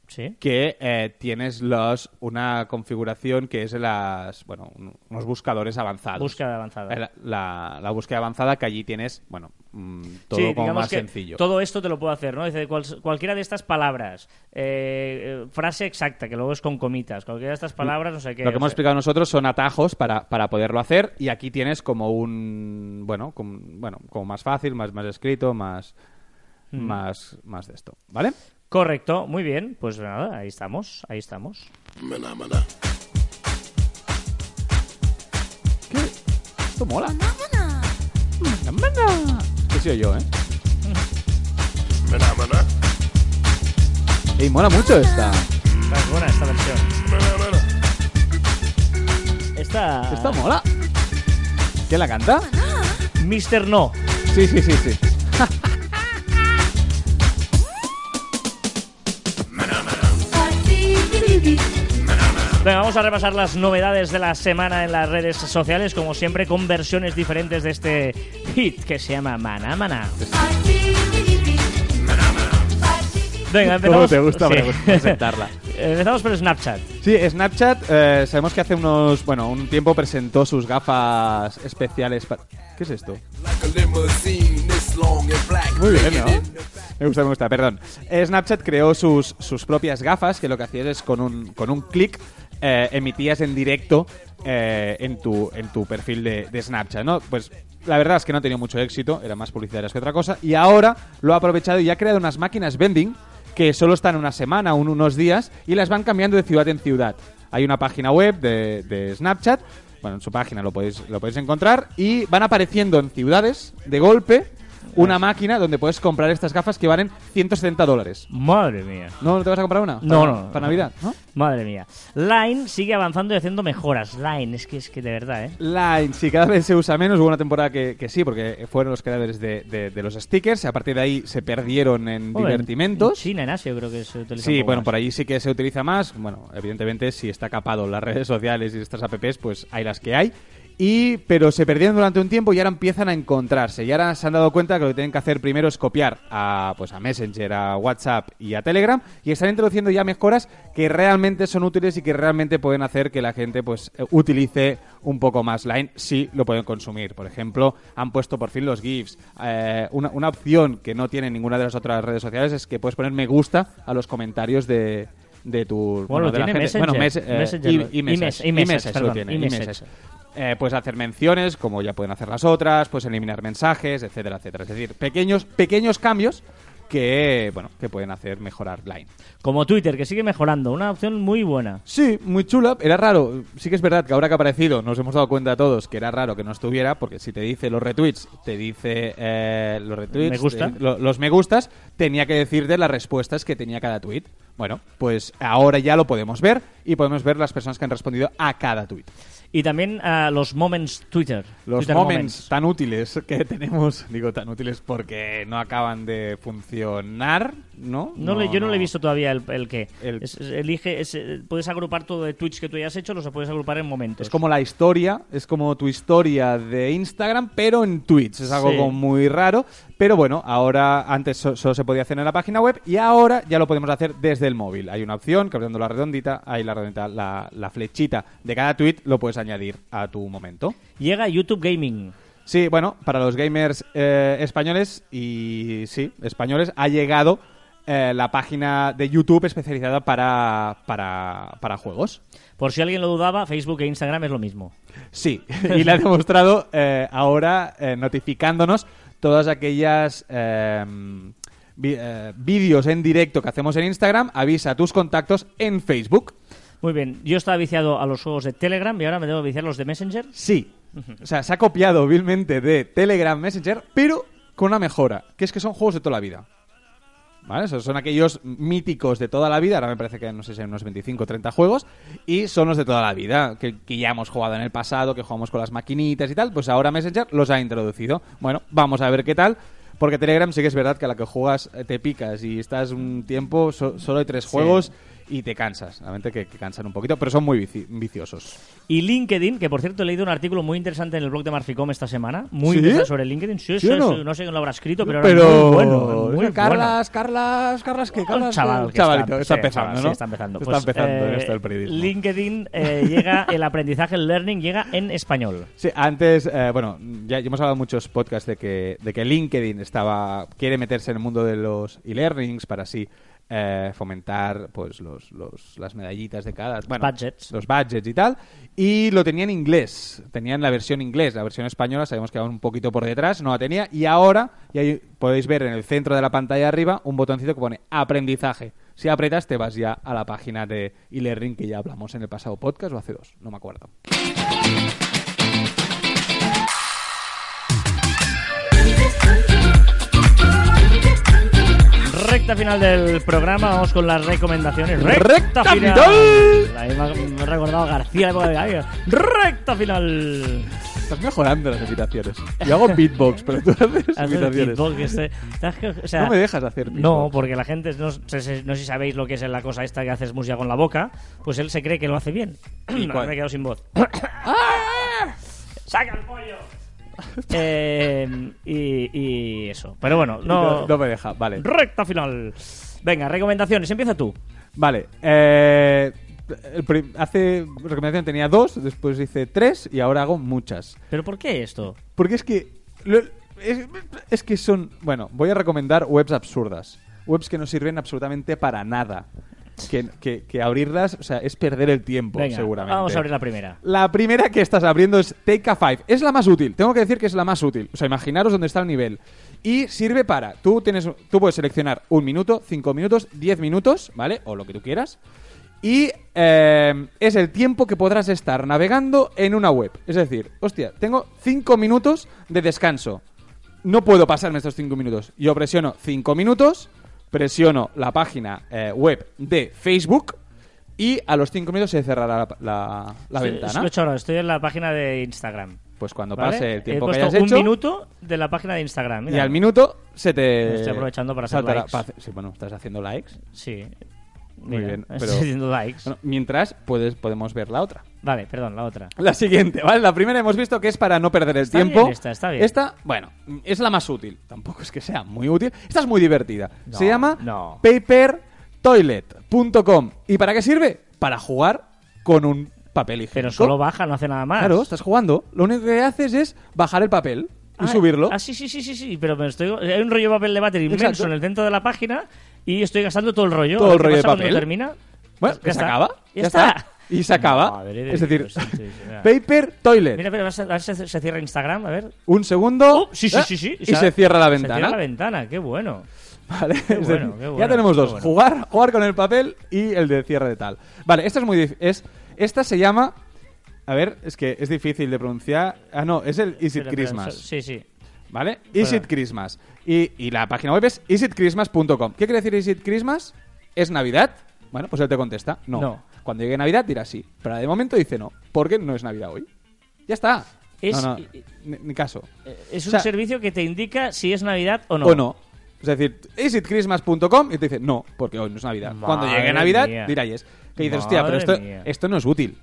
Speaker 1: Sí.
Speaker 2: que eh, tienes los una configuración que es las bueno un- unos buscadores avanzados.
Speaker 1: Búsqueda avanzada.
Speaker 2: Eh, La, la- la búsqueda avanzada que allí tienes, bueno, mm, todo
Speaker 1: Sí,
Speaker 2: como
Speaker 1: digamos
Speaker 2: más
Speaker 1: que
Speaker 2: sencillo.
Speaker 1: Todo esto te lo puedo hacer, ¿no? Dice cual- cualquiera de estas palabras, eh, eh, frase exacta, que luego es con comitas, cualquiera de estas palabras, no sé qué.
Speaker 2: Lo
Speaker 1: o
Speaker 2: que hemos
Speaker 1: sea-
Speaker 2: explicado nosotros son atajos para, para poderlo hacer y aquí tienes como un bueno, como, bueno, como más fácil, más más escrito, más
Speaker 1: Hmm.
Speaker 2: más más de esto, ¿vale?
Speaker 1: Correcto, muy bien. Pues nada, ahí estamos, ahí estamos.
Speaker 2: ¿Qué? Esto mola. Mana, mana. He sido yo, ¿eh? Ey, mola mucho esta.
Speaker 1: Está buena esta versión. Esta...
Speaker 2: Esta mola. ¿Quién la canta?
Speaker 1: Mister No.
Speaker 2: Sí, sí, sí, sí.
Speaker 1: Venga, vamos a repasar las novedades de la semana en las redes sociales, como siempre, con versiones diferentes de este hit que se llama Mana Mana. Venga,
Speaker 2: ¿Cómo
Speaker 1: empezamos.
Speaker 2: te gusta
Speaker 1: Sí.
Speaker 2: pre- presentarla?
Speaker 1: empezamos por Snapchat.
Speaker 2: Sí, Snapchat, eh, sabemos que hace unos, bueno, un tiempo presentó sus gafas especiales para... ¿Qué es esto? Muy bien, ¿no? Me gusta, me gusta, perdón. Eh, Snapchat creó sus, sus propias gafas, que lo que hacías es con un, con un clic eh, emitías en directo eh, en, tu, en tu perfil de, de Snapchat, ¿no? Pues la verdad es que no ha tenido mucho éxito, eran más publicitarias que otra cosa, y ahora lo ha aprovechado y ha creado unas máquinas vending que que solo están una semana, un- unos días, y las van cambiando de ciudad en ciudad. Hay una página web de, de Snapchat, bueno, en su página lo podéis, lo podéis encontrar, y van apareciendo en ciudades de golpe una máquina donde puedes comprar estas gafas que valen 170 dólares.
Speaker 1: Madre mía.
Speaker 2: ¿No, ¿No te vas a comprar una?
Speaker 1: No,
Speaker 2: Para-
Speaker 1: no, no.
Speaker 2: Para Navidad, ¿no?
Speaker 1: Madre mía. Line sigue avanzando y haciendo mejoras. Line, es que es que de verdad, ¿eh?
Speaker 2: Line, sí, cada vez se usa menos. Hubo una temporada que, que sí, porque fueron los creadores de, de- de los stickers. y A partir de ahí se perdieron en
Speaker 1: Joder,
Speaker 2: divertimentos.
Speaker 1: En China, en Asia, creo que se utiliza. un
Speaker 2: Sí,
Speaker 1: poco
Speaker 2: bueno,
Speaker 1: más.
Speaker 2: por ahí sí que se utiliza más. Bueno, evidentemente, si está capado en las redes sociales y estas apps, pues hay las que hay. Y, pero se perdieron durante un tiempo y ahora empiezan a encontrarse. Y ahora se han dado cuenta que lo que tienen que hacer primero es copiar a, pues a Messenger, a WhatsApp y a Telegram. Y están introduciendo ya mejoras que realmente son útiles y que realmente pueden hacer que la gente pues eh, utilice un poco más Line si lo pueden consumir. Por ejemplo, han puesto por fin los GIFs. Eh, una, una opción que no tiene ninguna de las otras redes sociales es que puedes poner me gusta a los comentarios de, de tu...
Speaker 1: Bueno, lo
Speaker 2: de la
Speaker 1: tiene
Speaker 2: gente.
Speaker 1: Messenger.
Speaker 2: Bueno, mes- eh,
Speaker 1: Messenger
Speaker 2: y-
Speaker 1: lo-
Speaker 2: y
Speaker 1: y
Speaker 2: Message.
Speaker 1: mes- y
Speaker 2: Y
Speaker 1: Message,
Speaker 2: Message
Speaker 1: perdón,
Speaker 2: lo tiene,
Speaker 1: y
Speaker 2: y
Speaker 1: Message.
Speaker 2: Message. Eh, puedes hacer menciones, como ya pueden hacer las otras, puedes eliminar mensajes, etcétera, etcétera. Es decir, pequeños, pequeños cambios que, bueno, que pueden hacer mejorar Line.
Speaker 1: Como Twitter, que sigue mejorando. Una opción muy buena.
Speaker 2: Sí, muy chula. Era raro. Sí que es verdad que ahora que ha aparecido nos hemos dado cuenta todos que era raro que no estuviera, porque si te dice los retweets, te dice eh, los retweets,
Speaker 1: Me gusta.
Speaker 2: te- lo- los me gustas, tenía que decirte las respuestas que tenía cada tweet. Bueno, pues ahora ya lo podemos ver y podemos ver las personas que han respondido a cada tweet.
Speaker 1: Y también a los Moments Twitter.
Speaker 2: Los
Speaker 1: Twitter
Speaker 2: moments, tan útiles que tenemos, digo tan útiles porque no acaban de funcionar, ¿no?
Speaker 1: No, le, yo no, le he visto todavía el, el qué.
Speaker 2: El-
Speaker 1: Es- es- elige, es, eh, puedes agrupar todo de tweets que tú hayas hecho, los puedes agrupar en momentos.
Speaker 2: Es como la historia, es como tu historia de Instagram, pero en tweets. Es algo
Speaker 1: Sí.
Speaker 2: como muy raro. Pero bueno, ahora antes so- solo se podía hacer en la página web y ahora ya lo podemos hacer desde el móvil. Hay una opción que abriendo la redondita, ahí la redondita, la, la flechita de cada tweet lo puedes añadir a tu momento.
Speaker 1: Llega YouTube Gaming.
Speaker 2: Sí, bueno, para los gamers eh, españoles y sí, españoles, ha llegado eh, la página de YouTube especializada para, para, para juegos.
Speaker 1: Por si alguien lo dudaba, Facebook e Instagram es lo mismo.
Speaker 2: Sí, y la ha demostrado eh, ahora eh, notificándonos todas aquellas eh, vi- eh, vídeos en directo que hacemos en Instagram. Avisa a tus contactos en Facebook.
Speaker 1: Muy bien, yo estaba viciado a los juegos de Telegram y ahora me debo viciar los de Messenger.
Speaker 2: Sí, o sea, se ha copiado vilmente de Telegram Messenger, pero con una mejora, que es que son juegos de toda la vida. ¿Vale? Esos son aquellos míticos de toda la vida, ahora me parece que no sé si hay unos 25 o 30 juegos, y son los de toda la vida, que, que ya hemos jugado en el pasado, que jugamos con las maquinitas y tal, pues ahora Messenger los ha introducido. Bueno, vamos a ver qué tal, porque Telegram sí que es verdad que a la que juegas eh, te picas y estás un tiempo, so- solo hay tres juegos y te cansas, realmente que, que cansan un poquito, pero son muy vici- viciosos.
Speaker 1: Y LinkedIn, que por cierto he leído un artículo muy interesante en el blog de Marficom esta semana, muy
Speaker 2: ¿Sí?
Speaker 1: interesante sobre LinkedIn. Sí,
Speaker 2: ¿Sí
Speaker 1: sí,
Speaker 2: o no?
Speaker 1: sí, no sé quién lo habrá escrito, pero,
Speaker 2: Pero,
Speaker 1: era muy bueno. Muy bueno.
Speaker 2: Carlas, Carlas, Carlas, ¿qué? Carlas,
Speaker 1: Un chaval
Speaker 2: un
Speaker 1: que está-
Speaker 2: chavalito, está,
Speaker 1: sí,
Speaker 2: empezando,
Speaker 1: chaval,
Speaker 2: ¿no?
Speaker 1: sí, está empezando.
Speaker 2: Está
Speaker 1: Pues,
Speaker 2: empezando en
Speaker 1: eh,
Speaker 2: esto del periodismo.
Speaker 1: LinkedIn eh, llega, el aprendizaje, el learning llega en español.
Speaker 2: Sí, antes, eh, bueno, ya, ya hemos hablado en muchos podcasts de que, de que LinkedIn estaba quiere meterse en el mundo de los e-learnings para así eh, fomentar pues los, los- las medallitas de cada... Bueno,
Speaker 1: Budgets.
Speaker 2: Los budgets y tal. Y lo tenía en inglés. Tenían la versión inglés. La versión española sabemos que va un poquito por detrás, no la tenía. Y ahora, y ahí podéis ver en el centro de la pantalla arriba un botoncito que pone aprendizaje. Si apretas te vas ya a la página de e-learning que ya hablamos en el pasado podcast o hace dos, no me acuerdo.
Speaker 1: Recta final del programa, vamos con las recomendaciones.
Speaker 2: ¡Recta final!
Speaker 1: Ahí me ha- me ha recordado García la época de Gaia. ¡Recta final!
Speaker 2: Estás mejorando las invitaciones. Yo hago beatbox, pero tú haces
Speaker 1: Hacer
Speaker 2: invitaciones.
Speaker 1: beatbox, que este- ¿sabes qué? O sea,
Speaker 2: No me dejas hacer
Speaker 1: No, pues,
Speaker 2: beatbox.
Speaker 1: porque la gente, no, sé si- no sé si sabéis lo que es la cosa esta que haces música con la boca, pues él se cree que lo hace bien.
Speaker 2: ¿Y
Speaker 1: No,
Speaker 2: cuál?
Speaker 1: me he quedado sin voz. ¡Ah! ¡Saca el pollo! Eh, y, y eso. Pero bueno, no...
Speaker 2: No, no me deja, vale.
Speaker 1: Recta final. Venga, recomendaciones. Empieza tú.
Speaker 2: Vale. eh, el prim- hace recomendación tenía dos, después hice tres y ahora hago muchas.
Speaker 1: ¿Pero por qué esto?
Speaker 2: Porque es que. lo- es, es que son. Bueno, voy a recomendar webs absurdas. Webs que no sirven absolutamente para nada. que, que- que abrirlas, o sea, es perder el tiempo,
Speaker 1: Venga,
Speaker 2: Pues seguramente.
Speaker 1: vamos a abrir la primera.
Speaker 2: La primera que estás abriendo es Take a Five. Es la más útil. Tengo que decir que es la más útil. O sea, imaginaros dónde está el nivel. Y sirve para. Tú, tienes, tú puedes seleccionar un minuto, cinco minutos, diez minutos, ¿vale? O lo que tú quieras. Y eh, es el tiempo que podrás estar navegando en una web. Es decir, hostia, tengo cinco minutos de descanso. No puedo pasarme estos cinco minutos. Yo presiono cinco minutos, presiono la página eh, web de Facebook. Y a los cinco minutos se cerrará la, la- la
Speaker 1: Sí,
Speaker 2: ventana.
Speaker 1: sí, lo he hecho ahora, estoy en la página de Instagram.
Speaker 2: Pues cuando
Speaker 1: ¿vale?
Speaker 2: pase el
Speaker 1: He
Speaker 2: tiempo que
Speaker 1: puesto
Speaker 2: hayas hecho.
Speaker 1: un minuto de la página de Instagram.
Speaker 2: Y
Speaker 1: mira.
Speaker 2: al minuto se te.
Speaker 1: Estoy aprovechando para hacer
Speaker 2: saltará-
Speaker 1: likes.
Speaker 2: para hacer- sí, bueno, estás haciendo likes.
Speaker 1: Sí.
Speaker 2: Muy bien, pero-
Speaker 1: Estoy haciendo likes.
Speaker 2: Bueno, mientras puedes, podemos ver la otra.
Speaker 1: Vale, perdón, la otra.
Speaker 2: La siguiente, ¿vale? La primera hemos visto que es para no perder el
Speaker 1: Está
Speaker 2: tiempo.
Speaker 1: bien esta, está bien.
Speaker 2: Esta, bueno, es la más útil. Tampoco es que sea muy útil. Esta es muy divertida.
Speaker 1: No,
Speaker 2: Se llama
Speaker 1: no.
Speaker 2: papertoilet.com. ¿Y para qué sirve? Para jugar con un papel higiénico.
Speaker 1: Pero solo baja, no hace nada más.
Speaker 2: Claro, estás jugando. Lo único que haces es bajar el papel y
Speaker 1: Ah,
Speaker 2: subirlo.
Speaker 1: Ah, sí, sí, sí, sí, sí, pero me estoy... hay un rollo de papel de váter inmenso
Speaker 2: Exacto.
Speaker 1: en el centro de la página y estoy gastando todo el rollo.
Speaker 2: Todo
Speaker 1: A ver
Speaker 2: el
Speaker 1: qué
Speaker 2: rollo de
Speaker 1: pasa cuando
Speaker 2: papel.
Speaker 1: termina?
Speaker 2: Bueno,
Speaker 1: Ya
Speaker 2: que se
Speaker 1: está.
Speaker 2: acaba.
Speaker 1: Ya,
Speaker 2: Ya
Speaker 1: está.
Speaker 2: Y se acaba.
Speaker 1: Madre de
Speaker 2: es
Speaker 1: Dios,
Speaker 2: decir,
Speaker 1: sí, sí, sí, mira.
Speaker 2: Paper Toilet.
Speaker 1: Mira, pero vas a, a ver si se, se cierra Instagram, a ver.
Speaker 2: Un segundo.
Speaker 1: Oh, sí, sí,
Speaker 2: ¿eh?
Speaker 1: sí, sí.
Speaker 2: Y
Speaker 1: sea,
Speaker 2: se cierra la
Speaker 1: Se cierra
Speaker 2: ventana.
Speaker 1: la ventana, qué bueno.
Speaker 2: Vale, es
Speaker 1: bueno,
Speaker 2: decir,
Speaker 1: qué bueno,
Speaker 2: ya tenemos dos.
Speaker 1: qué bueno.
Speaker 2: Jugar, jugar con el papel y el de cierre de tal. Vale, esta es muy dif- es Esta se llama. A ver, es que es difícil de pronunciar. Ah, no, es el Is
Speaker 1: Pero-
Speaker 2: It
Speaker 1: pero-
Speaker 2: Christmas.
Speaker 1: sí, sí.
Speaker 2: ¿Vale? Is
Speaker 1: Bueno.
Speaker 2: It Christmas. Y, y la página web es isitchristmas.com. ¿Qué quiere decir Is It Christmas? ¿Es Navidad? Bueno, pues él te contesta. No.
Speaker 1: No.
Speaker 2: Cuando llegue Navidad dirá sí. Pero de momento dice no. Porque no es Navidad hoy. Ya está.
Speaker 1: Es-
Speaker 2: No, no, ni, ni caso.
Speaker 1: Eh, Es un
Speaker 2: O sea-
Speaker 1: servicio que te indica si es Navidad o no.
Speaker 2: O no. Es decir, isitchristmas.com y te dice no, porque hoy no es Navidad.
Speaker 1: Madre
Speaker 2: Cuando llegue Navidad
Speaker 1: mía.
Speaker 2: dirá yes. Que dices, hostia,
Speaker 1: Madre
Speaker 2: pero esto,
Speaker 1: mía.
Speaker 2: esto no es útil.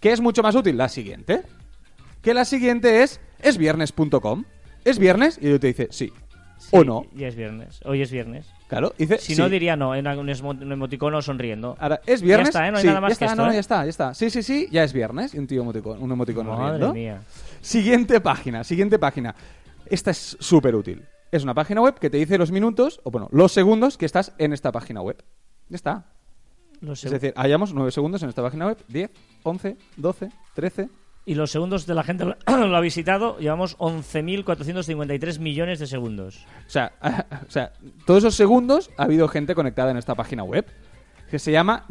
Speaker 2: ¿Qué es mucho más útil? La siguiente. Que la siguiente es esviernes.com. Es viernes y él te dice sí.
Speaker 1: Sí,
Speaker 2: O no.
Speaker 1: Ya es viernes. Hoy es viernes.
Speaker 2: Claro, dice.
Speaker 1: Si
Speaker 2: sí.
Speaker 1: no, diría no. En un esmo- un emoticono sonriendo.
Speaker 2: Ahora, es viernes.
Speaker 1: Ya está, ¿eh? No hay
Speaker 2: sí,
Speaker 1: nada más
Speaker 2: ya
Speaker 1: que
Speaker 2: está,
Speaker 1: esto,
Speaker 2: no, no,
Speaker 1: ¿eh?
Speaker 2: ya está, ya está. Sí, sí, sí, ya es viernes. Y un tío emoticón, un emoticón
Speaker 1: Madre
Speaker 2: riendo.
Speaker 1: mía.
Speaker 2: Siguiente página, siguiente página. Esta es súper útil. Es una página web que te dice los minutos, o bueno, los segundos que estás en esta página web. Ya está.
Speaker 1: Los
Speaker 2: Es
Speaker 1: seg-
Speaker 2: decir, hallamos 9 segundos en esta página web. 10, 11, 12, 13.
Speaker 1: Y los segundos de la gente lo lo ha visitado, llevamos 11.453 millones de segundos.
Speaker 2: O sea, o sea, todos esos segundos ha habido gente conectada en esta página web que se llama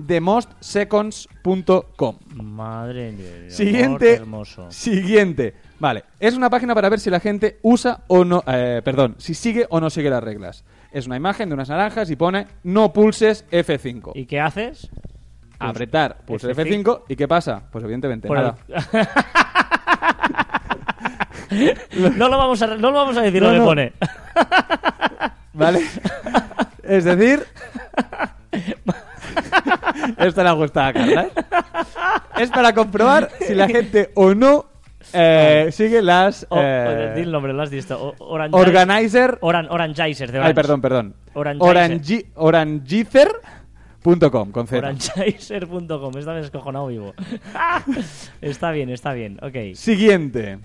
Speaker 2: themostseconds.com.
Speaker 1: Madre mía.
Speaker 2: Siguiente.
Speaker 1: Hermoso.
Speaker 2: Siguiente. Vale. Es una página para ver si la gente usa o no. eh, perdón, si sigue o no sigue las reglas. Es una imagen de unas naranjas y pone no pulses F5.
Speaker 1: ¿Y qué haces?
Speaker 2: Apretar, pulsar
Speaker 1: F5.
Speaker 2: F5. ¿Y qué pasa? Pues evidentemente
Speaker 1: Por
Speaker 2: nada.
Speaker 1: el- no, lo vamos a, re- no lo vamos a decir
Speaker 2: No,
Speaker 1: lo que
Speaker 2: no. Eh,
Speaker 1: pone.
Speaker 2: ¿Vale? es decir. Esta le gustaba a Carlas. Es para comprobar si la gente o no eh, sigue las.
Speaker 1: O-
Speaker 2: eh,
Speaker 1: o- Oh, di el nombre, lo has dicho. O- Orangizer-
Speaker 2: organizer
Speaker 1: Oran, Orangizer, de
Speaker 2: Ay,
Speaker 1: Orange.
Speaker 2: perdón, perdón.
Speaker 1: Orangizer.
Speaker 2: Orangi- Orangizer.com, con Z.
Speaker 1: Orangizer.com. Está descojonado vivo. está bien, está bien. Ok.
Speaker 2: Siguiente.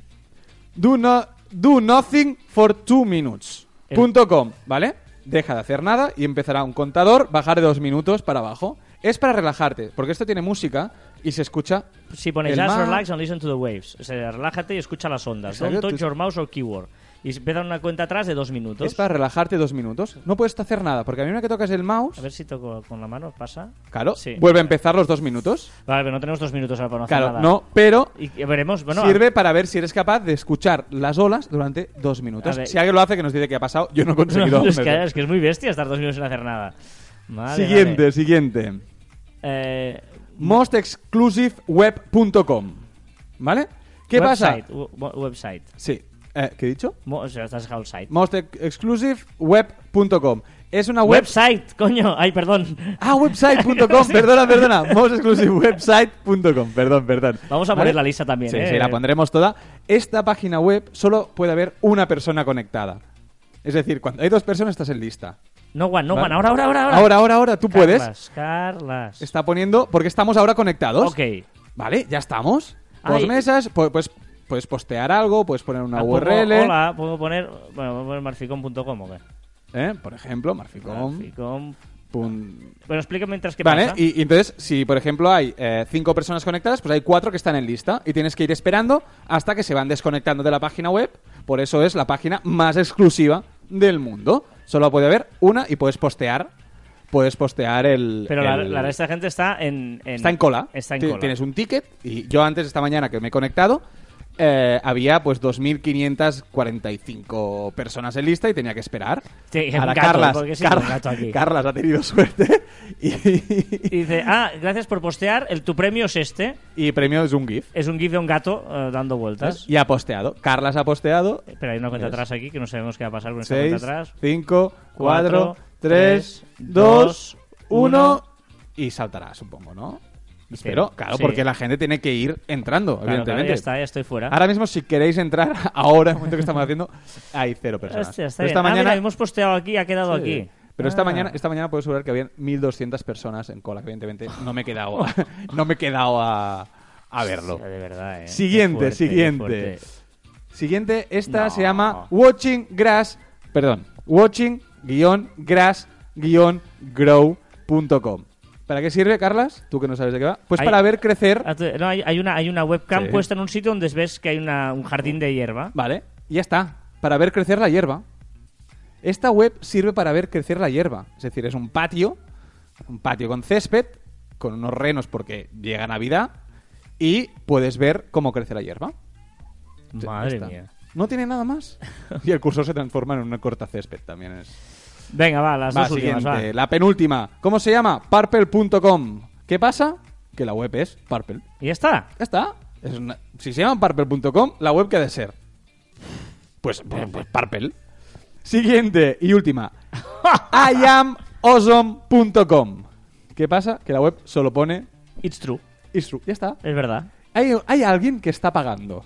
Speaker 2: Do, no, do nothing for two minutes.
Speaker 1: El-
Speaker 2: Punto com, ¿vale? Deja de hacer nada y empezará un contador, bajar de dos minutos para abajo. Es para relajarte, porque esto tiene música y se escucha.
Speaker 1: Si pones
Speaker 2: El
Speaker 1: just
Speaker 2: mar-
Speaker 1: relax and listen to the waves. O sea, relájate y escucha las ondas.
Speaker 2: Exacto,
Speaker 1: Don't touch
Speaker 2: tú-
Speaker 1: your mouse or keyword. Y se empieza una cuenta atrás de dos minutos.
Speaker 2: Es para relajarte dos minutos. No puedes hacer nada, porque a mí una que tocas el mouse,
Speaker 1: A ver si toco con la mano, pasa.
Speaker 2: claro,
Speaker 1: Sí.
Speaker 2: vuelve a empezar los dos minutos.
Speaker 1: Vale, pero no tenemos dos minutos ahora para no hacer
Speaker 2: Claro,
Speaker 1: nada.
Speaker 2: no, pero
Speaker 1: Y que veremos, bueno.
Speaker 2: sirve para ver si eres capaz de escuchar las olas durante dos minutos.
Speaker 1: A ver.
Speaker 2: Si alguien lo hace, que nos dice que ha pasado, yo no he
Speaker 1: a-
Speaker 2: conseguido.
Speaker 1: es, que,
Speaker 2: meter.
Speaker 1: es que es muy bestia estar dos minutos sin hacer nada. Vale,
Speaker 2: siguiente,
Speaker 1: vale.
Speaker 2: siguiente.
Speaker 1: Eh,
Speaker 2: Mostexclusiveweb.com. ¿Vale? ¿Qué
Speaker 1: website,
Speaker 2: pasa?
Speaker 1: we- we- Website.
Speaker 2: Sí. Eh, ¿Qué he dicho?
Speaker 1: Mo- o sea, estás dejado el site.
Speaker 2: Mostexclusiveweb.com. Es una web.
Speaker 1: Website, coño. Ay, perdón.
Speaker 2: Ah, website.com, perdona, perdona. Mostexclusivewebsite.com, perdón, perdón.
Speaker 1: Vamos a
Speaker 2: ¿Vale?
Speaker 1: poner la lista también.
Speaker 2: Sí,
Speaker 1: ¿eh?
Speaker 2: sí, la pondremos toda. Esta página web solo puede haber una persona conectada. Es decir, cuando hay dos personas estás en lista.
Speaker 1: No one, no
Speaker 2: Vale.
Speaker 1: one. Ahora, ahora, ahora.
Speaker 2: Ahora, ahora, ahora, tú puedes.
Speaker 1: Carlas, Carlas.
Speaker 2: Está poniendo, porque estamos ahora conectados.
Speaker 1: Ok.
Speaker 2: Vale, ya estamos.
Speaker 1: Ay.
Speaker 2: Dos mesas, pu- pues puedes postear algo, puedes poner una
Speaker 1: Ah, pongo-
Speaker 2: URL,
Speaker 1: Hola, puedo poner. Bueno, voy a poner marficom.com o qué.
Speaker 2: ¿eh? por ejemplo, Marficom.
Speaker 1: Marficom.com.
Speaker 2: Pun-
Speaker 1: Bueno, explica mientras que
Speaker 2: Vale,
Speaker 1: pasa.
Speaker 2: y, y entonces, si por ejemplo hay eh, cinco personas conectadas, pues hay cuatro que están en lista y tienes que ir esperando hasta que se van desconectando de la página web. Por eso es la página más exclusiva del mundo. Solo puede haber una y puedes postear. Puedes postear el.
Speaker 1: Pero la,
Speaker 2: el-
Speaker 1: la resta de gente está en, en-
Speaker 2: Está en cola.
Speaker 1: Está en
Speaker 2: Ti-
Speaker 1: cola.
Speaker 2: Tienes un ticket y yo antes, esta mañana que me he conectado, eh, había pues 2.545 personas en lista y tenía que esperar.
Speaker 1: Sí, un
Speaker 2: Ahora
Speaker 1: gato,
Speaker 2: Carlas,
Speaker 1: porque sí, un
Speaker 2: Carlas-
Speaker 1: gato aquí.
Speaker 2: Carlas ha tenido suerte y,
Speaker 1: Y dice, ah, gracias por postear, el, tu premio es este.
Speaker 2: y premio es un GIF.
Speaker 1: Es un gif de un gato eh, dando vueltas.
Speaker 2: Y ha posteado. Carlas ha posteado.
Speaker 1: Pero hay una cuenta
Speaker 2: Es-
Speaker 1: atrás aquí que no sabemos qué va a pasar con esta
Speaker 2: 6,
Speaker 1: cuenta atrás.
Speaker 2: 5, 4,
Speaker 1: Cuatro,
Speaker 2: 3,
Speaker 1: tres,
Speaker 2: 2,
Speaker 1: dos,
Speaker 2: 1.
Speaker 1: uno.
Speaker 2: Y saltará, supongo, ¿no?
Speaker 1: Y
Speaker 2: Pero,
Speaker 1: cero.
Speaker 2: claro,
Speaker 1: Sí.
Speaker 2: porque la gente tiene que ir entrando,
Speaker 1: Claro, claro,
Speaker 2: evidentemente.
Speaker 1: ya está, ya estoy fuera.
Speaker 2: Ahora mismo, si queréis entrar, ahora, en el momento que estamos haciendo, hay cero personas.
Speaker 1: Hostia, está
Speaker 2: Pero
Speaker 1: bien. Ah, mira, hemos posteado aquí, ha quedado
Speaker 2: Sí.
Speaker 1: aquí.
Speaker 2: Pero esta
Speaker 1: Ah.
Speaker 2: mañana, esta mañana puedo asegurar que habían 1.200 personas en cola, que evidentemente no me he quedado, a- no me he quedado a, a verlo.
Speaker 1: Hostia, de verdad, eh.
Speaker 2: Siguiente,
Speaker 1: Qué fuerte, qué
Speaker 2: siguiente.
Speaker 1: fuerte.
Speaker 2: Siguiente, esta
Speaker 1: No.
Speaker 2: se llama Watching Grass, perdón, watching-grass-grow.com. ¿Para qué sirve, Carlas? Tú que no sabes de qué va. Pues
Speaker 1: Ahí-
Speaker 2: para ver crecer,
Speaker 1: Ah, tú- No, hay, hay una, hay una webcam
Speaker 2: Sí.
Speaker 1: puesta en un sitio donde ves que hay una, un jardín de hierba.
Speaker 2: vale, ya está, para ver crecer la hierba. Esta web sirve para ver crecer la hierba, es decir, es un patio, un patio con césped, con unos renos porque llega Navidad y puedes ver cómo crece la hierba. Ya
Speaker 1: Madre
Speaker 2: está.
Speaker 1: mía.
Speaker 2: No tiene nada más. Y el cursor se transforma en una corta césped también. Es...
Speaker 1: Venga, va, las
Speaker 2: Va,
Speaker 1: dos últimas, va.
Speaker 2: siguiente, la penúltima. ¿Cómo se llama? Purple.com. ¿Qué pasa? Que la web es Purple.
Speaker 1: Y ya está.
Speaker 2: Ya está. Es una- Si se llama Purple.com, la web que ha de ser. Pues, pues, pues, Purple. Siguiente y última. IamAwesome.com. ¿Qué pasa? Que la web solo pone
Speaker 1: It's true.
Speaker 2: is true. Ya está.
Speaker 1: Es verdad.
Speaker 2: Hay, hay alguien que está pagando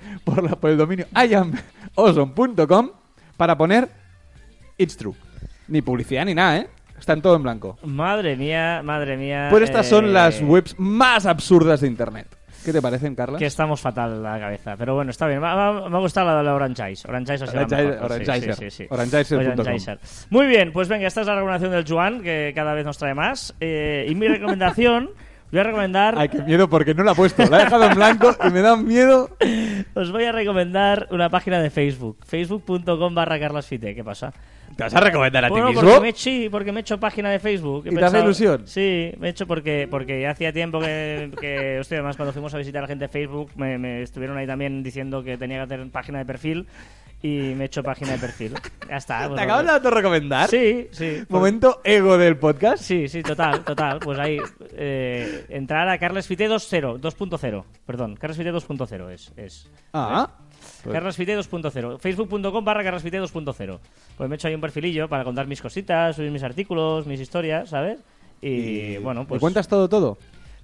Speaker 2: por, la- por el dominio IamAwesome.com para poner It's True. Ni publicidad ni nada, ¿eh? Están todo en blanco.
Speaker 1: Madre mía, madre mía.
Speaker 2: Pues estas
Speaker 1: eh,
Speaker 2: son las webs más absurdas de Internet. ¿Qué te parecen, Carla?
Speaker 1: Que estamos fatal la cabeza. Pero bueno, está bien. Me ha- Me ha gustado la, la Orangize. Orangize ha sido la
Speaker 2: Orangize-
Speaker 1: mejor. Sí,
Speaker 2: Orangizer.
Speaker 1: sí, sí, sí.
Speaker 2: Orangizer.com.
Speaker 1: Orangizer. Muy bien, pues venga, esta es la recomendación del Juan, que cada vez nos trae más. Eh, y mi recomendación, voy a recomendar.
Speaker 2: Ay, qué miedo porque no la ha puesto. La ha dejado en blanco y me da miedo.
Speaker 1: Os voy a recomendar una página de Facebook. Facebook.com barra carlasfite. ¿Qué pasa?
Speaker 2: ¿Te vas a recomendar a
Speaker 1: Bueno, porque me, sí, porque me he hecho página de Facebook. He
Speaker 2: ¿Y te hace ilusión?
Speaker 1: Sí, me he hecho porque, porque ya hacía tiempo que, que hostia, además cuando fuimos a visitar a la gente de Facebook me, me estuvieron ahí también diciendo que tenía que tener página de perfil y me he hecho página de perfil. Ya está.
Speaker 2: ¿Te
Speaker 1: pues,
Speaker 2: acabas de autorrecomendar?
Speaker 1: Sí, sí. pues-
Speaker 2: Momento ego del podcast.
Speaker 1: Sí, sí, total, total. Pues ahí, eh, entrar a Carles Fite 2.0, 2.0, perdón, Carles Fite 2.0 es, es.
Speaker 2: Ah. Pues-
Speaker 1: Carlos Fite 2.0. Facebook.com barra Carlos Fite 2.0. Pues me he hecho ahí un perfilillo para contar mis cositas, subir mis artículos, mis historias, ¿sabes? Y, bueno, pues...
Speaker 2: ¿Me cuentas todo, todo?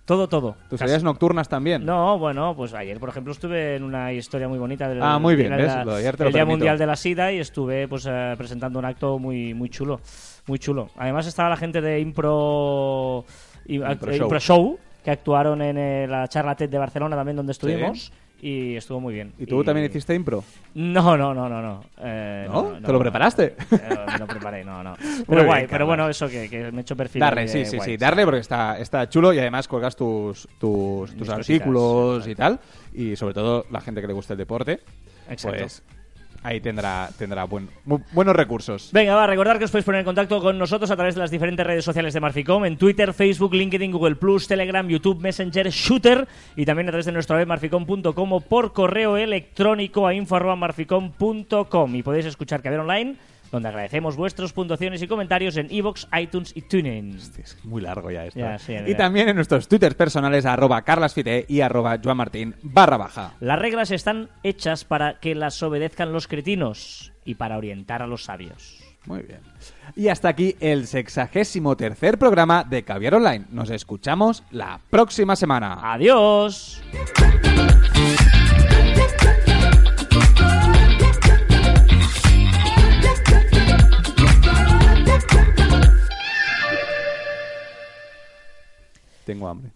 Speaker 1: Todo, todo. Casi.
Speaker 2: ¿Tus salidas nocturnas también?
Speaker 1: No, bueno, pues ayer, por ejemplo, estuve en una historia muy bonita del
Speaker 2: Ah, muy bien,
Speaker 1: era
Speaker 2: ¿ves?
Speaker 1: la-
Speaker 2: Lo de ayer te lo
Speaker 1: el Día
Speaker 2: permito.
Speaker 1: Mundial de la SIDA y estuve pues eh, presentando un acto muy muy chulo, muy chulo. Además estaba la gente de Impro y- eh,
Speaker 2: Impro
Speaker 1: Impro,
Speaker 2: Show.
Speaker 1: Show. que actuaron en eh, la charla TED de Barcelona también donde estuvimos y estuvo muy bien.
Speaker 2: ¿Y tú también hiciste impro?
Speaker 1: No, no, no, no, no. Eh,
Speaker 2: ¿No? ¿Te lo preparaste?
Speaker 1: Eh, me lo preparé, no, no. Pero guay,
Speaker 2: bien, Carlos.
Speaker 1: pero bueno, eso que, que me he hecho perfil.
Speaker 2: Darle,
Speaker 1: ahí
Speaker 2: sí,
Speaker 1: de
Speaker 2: sí,
Speaker 1: guay.
Speaker 2: sí, darle porque está, está chulo y además colgas tus, tus, tus
Speaker 1: cositas,
Speaker 2: artículos y tal. Y sobre todo la gente que le gusta el deporte,
Speaker 1: Exacto.
Speaker 2: pues ahí tendrá, tendrá buen- mu- buenos recursos.
Speaker 1: Venga, va, recordar que os podéis poner en contacto con nosotros a través de las diferentes redes sociales de Marficom, en Twitter, Facebook, LinkedIn, Google Plus, Telegram, YouTube, Messenger, Shooter y también a través de nuestra web marficom.com o por correo electrónico a info.marficom.com y podéis escuchar Caber Online, donde agradecemos vuestros puntuaciones y comentarios en iVoox, iTunes y TuneIn.
Speaker 2: Es muy largo ya esto. ¿eh?
Speaker 1: Ya, sí,
Speaker 2: y
Speaker 1: mira.
Speaker 2: también en nuestros twitters personales, arroba carlasfite y arroba joanmartin barra baja.
Speaker 1: Las reglas están hechas para que las obedezcan los cretinos y para orientar a los sabios.
Speaker 2: Muy bien. Y hasta aquí el sexagésimo tercer programa de Caviar Online. Nos escuchamos la próxima semana.
Speaker 1: ¡Adiós!
Speaker 2: Tengo hambre.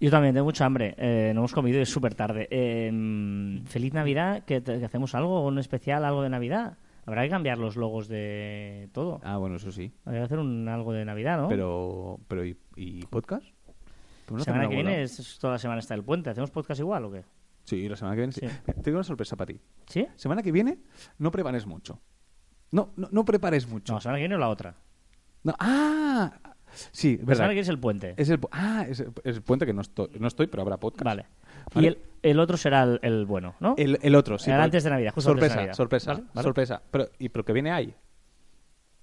Speaker 1: Yo también tengo mucha hambre. Eh, no hemos comido y Em, es súper tarde. Eh, feliz Navidad. ¿Que, te- que hacemos algo? ¿Un especial? ¿Algo de Navidad? Habrá que cambiar los logos de todo.
Speaker 2: Ah, bueno, eso sí.
Speaker 1: Habrá que hacer un algo de Navidad, ¿no?
Speaker 2: Pero, pero ¿y, y podcast? ¿Por qué no
Speaker 1: la semana
Speaker 2: hacemos
Speaker 1: que viene
Speaker 2: alguno?
Speaker 1: es, es toda la semana está el puente. ¿Hacemos podcast igual o qué?
Speaker 2: Sí, la semana que viene sí. Eh,
Speaker 1: Sí.
Speaker 2: Tengo una sorpresa para ti.
Speaker 1: ¿Sí?
Speaker 2: Semana que viene no prepares mucho. No, no, no prepares mucho.
Speaker 1: No, la semana que viene o la otra.
Speaker 2: No, ¡Ah!
Speaker 1: La
Speaker 2: Sí,
Speaker 1: semana
Speaker 2: verdad.
Speaker 1: que viene es el puente.
Speaker 2: Es el, pu- ah, es, es el puente que no estoy, no estoy, pero habrá podcast.
Speaker 1: Vale. Y
Speaker 2: Vale.
Speaker 1: el, el otro será el, el bueno, ¿no?
Speaker 2: El, el otro, sí.
Speaker 1: El
Speaker 2: porque-
Speaker 1: antes de Navidad, justo antes
Speaker 2: sorpresa,
Speaker 1: de Navidad.
Speaker 2: sorpresa,
Speaker 1: Vale, vale.
Speaker 2: sorpresa. Pero, ¿y pero que viene ahí?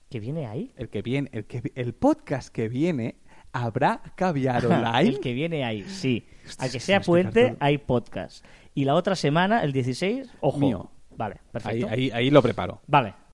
Speaker 1: ¿Que viene ahí?
Speaker 2: El que viene, el que vi- el podcast que viene habrá caviar online.
Speaker 1: El que viene ahí, sí.
Speaker 2: Hostia, este
Speaker 1: Al que
Speaker 2: es que
Speaker 1: sea
Speaker 2: me estoy
Speaker 1: puente,
Speaker 2: cansando.
Speaker 1: hay podcast. Y la otra semana, el 16, ojo.
Speaker 2: Mío.
Speaker 1: Vale,
Speaker 2: ahí,
Speaker 1: perfecto.
Speaker 2: ahí, ahí lo preparo.
Speaker 1: Vale,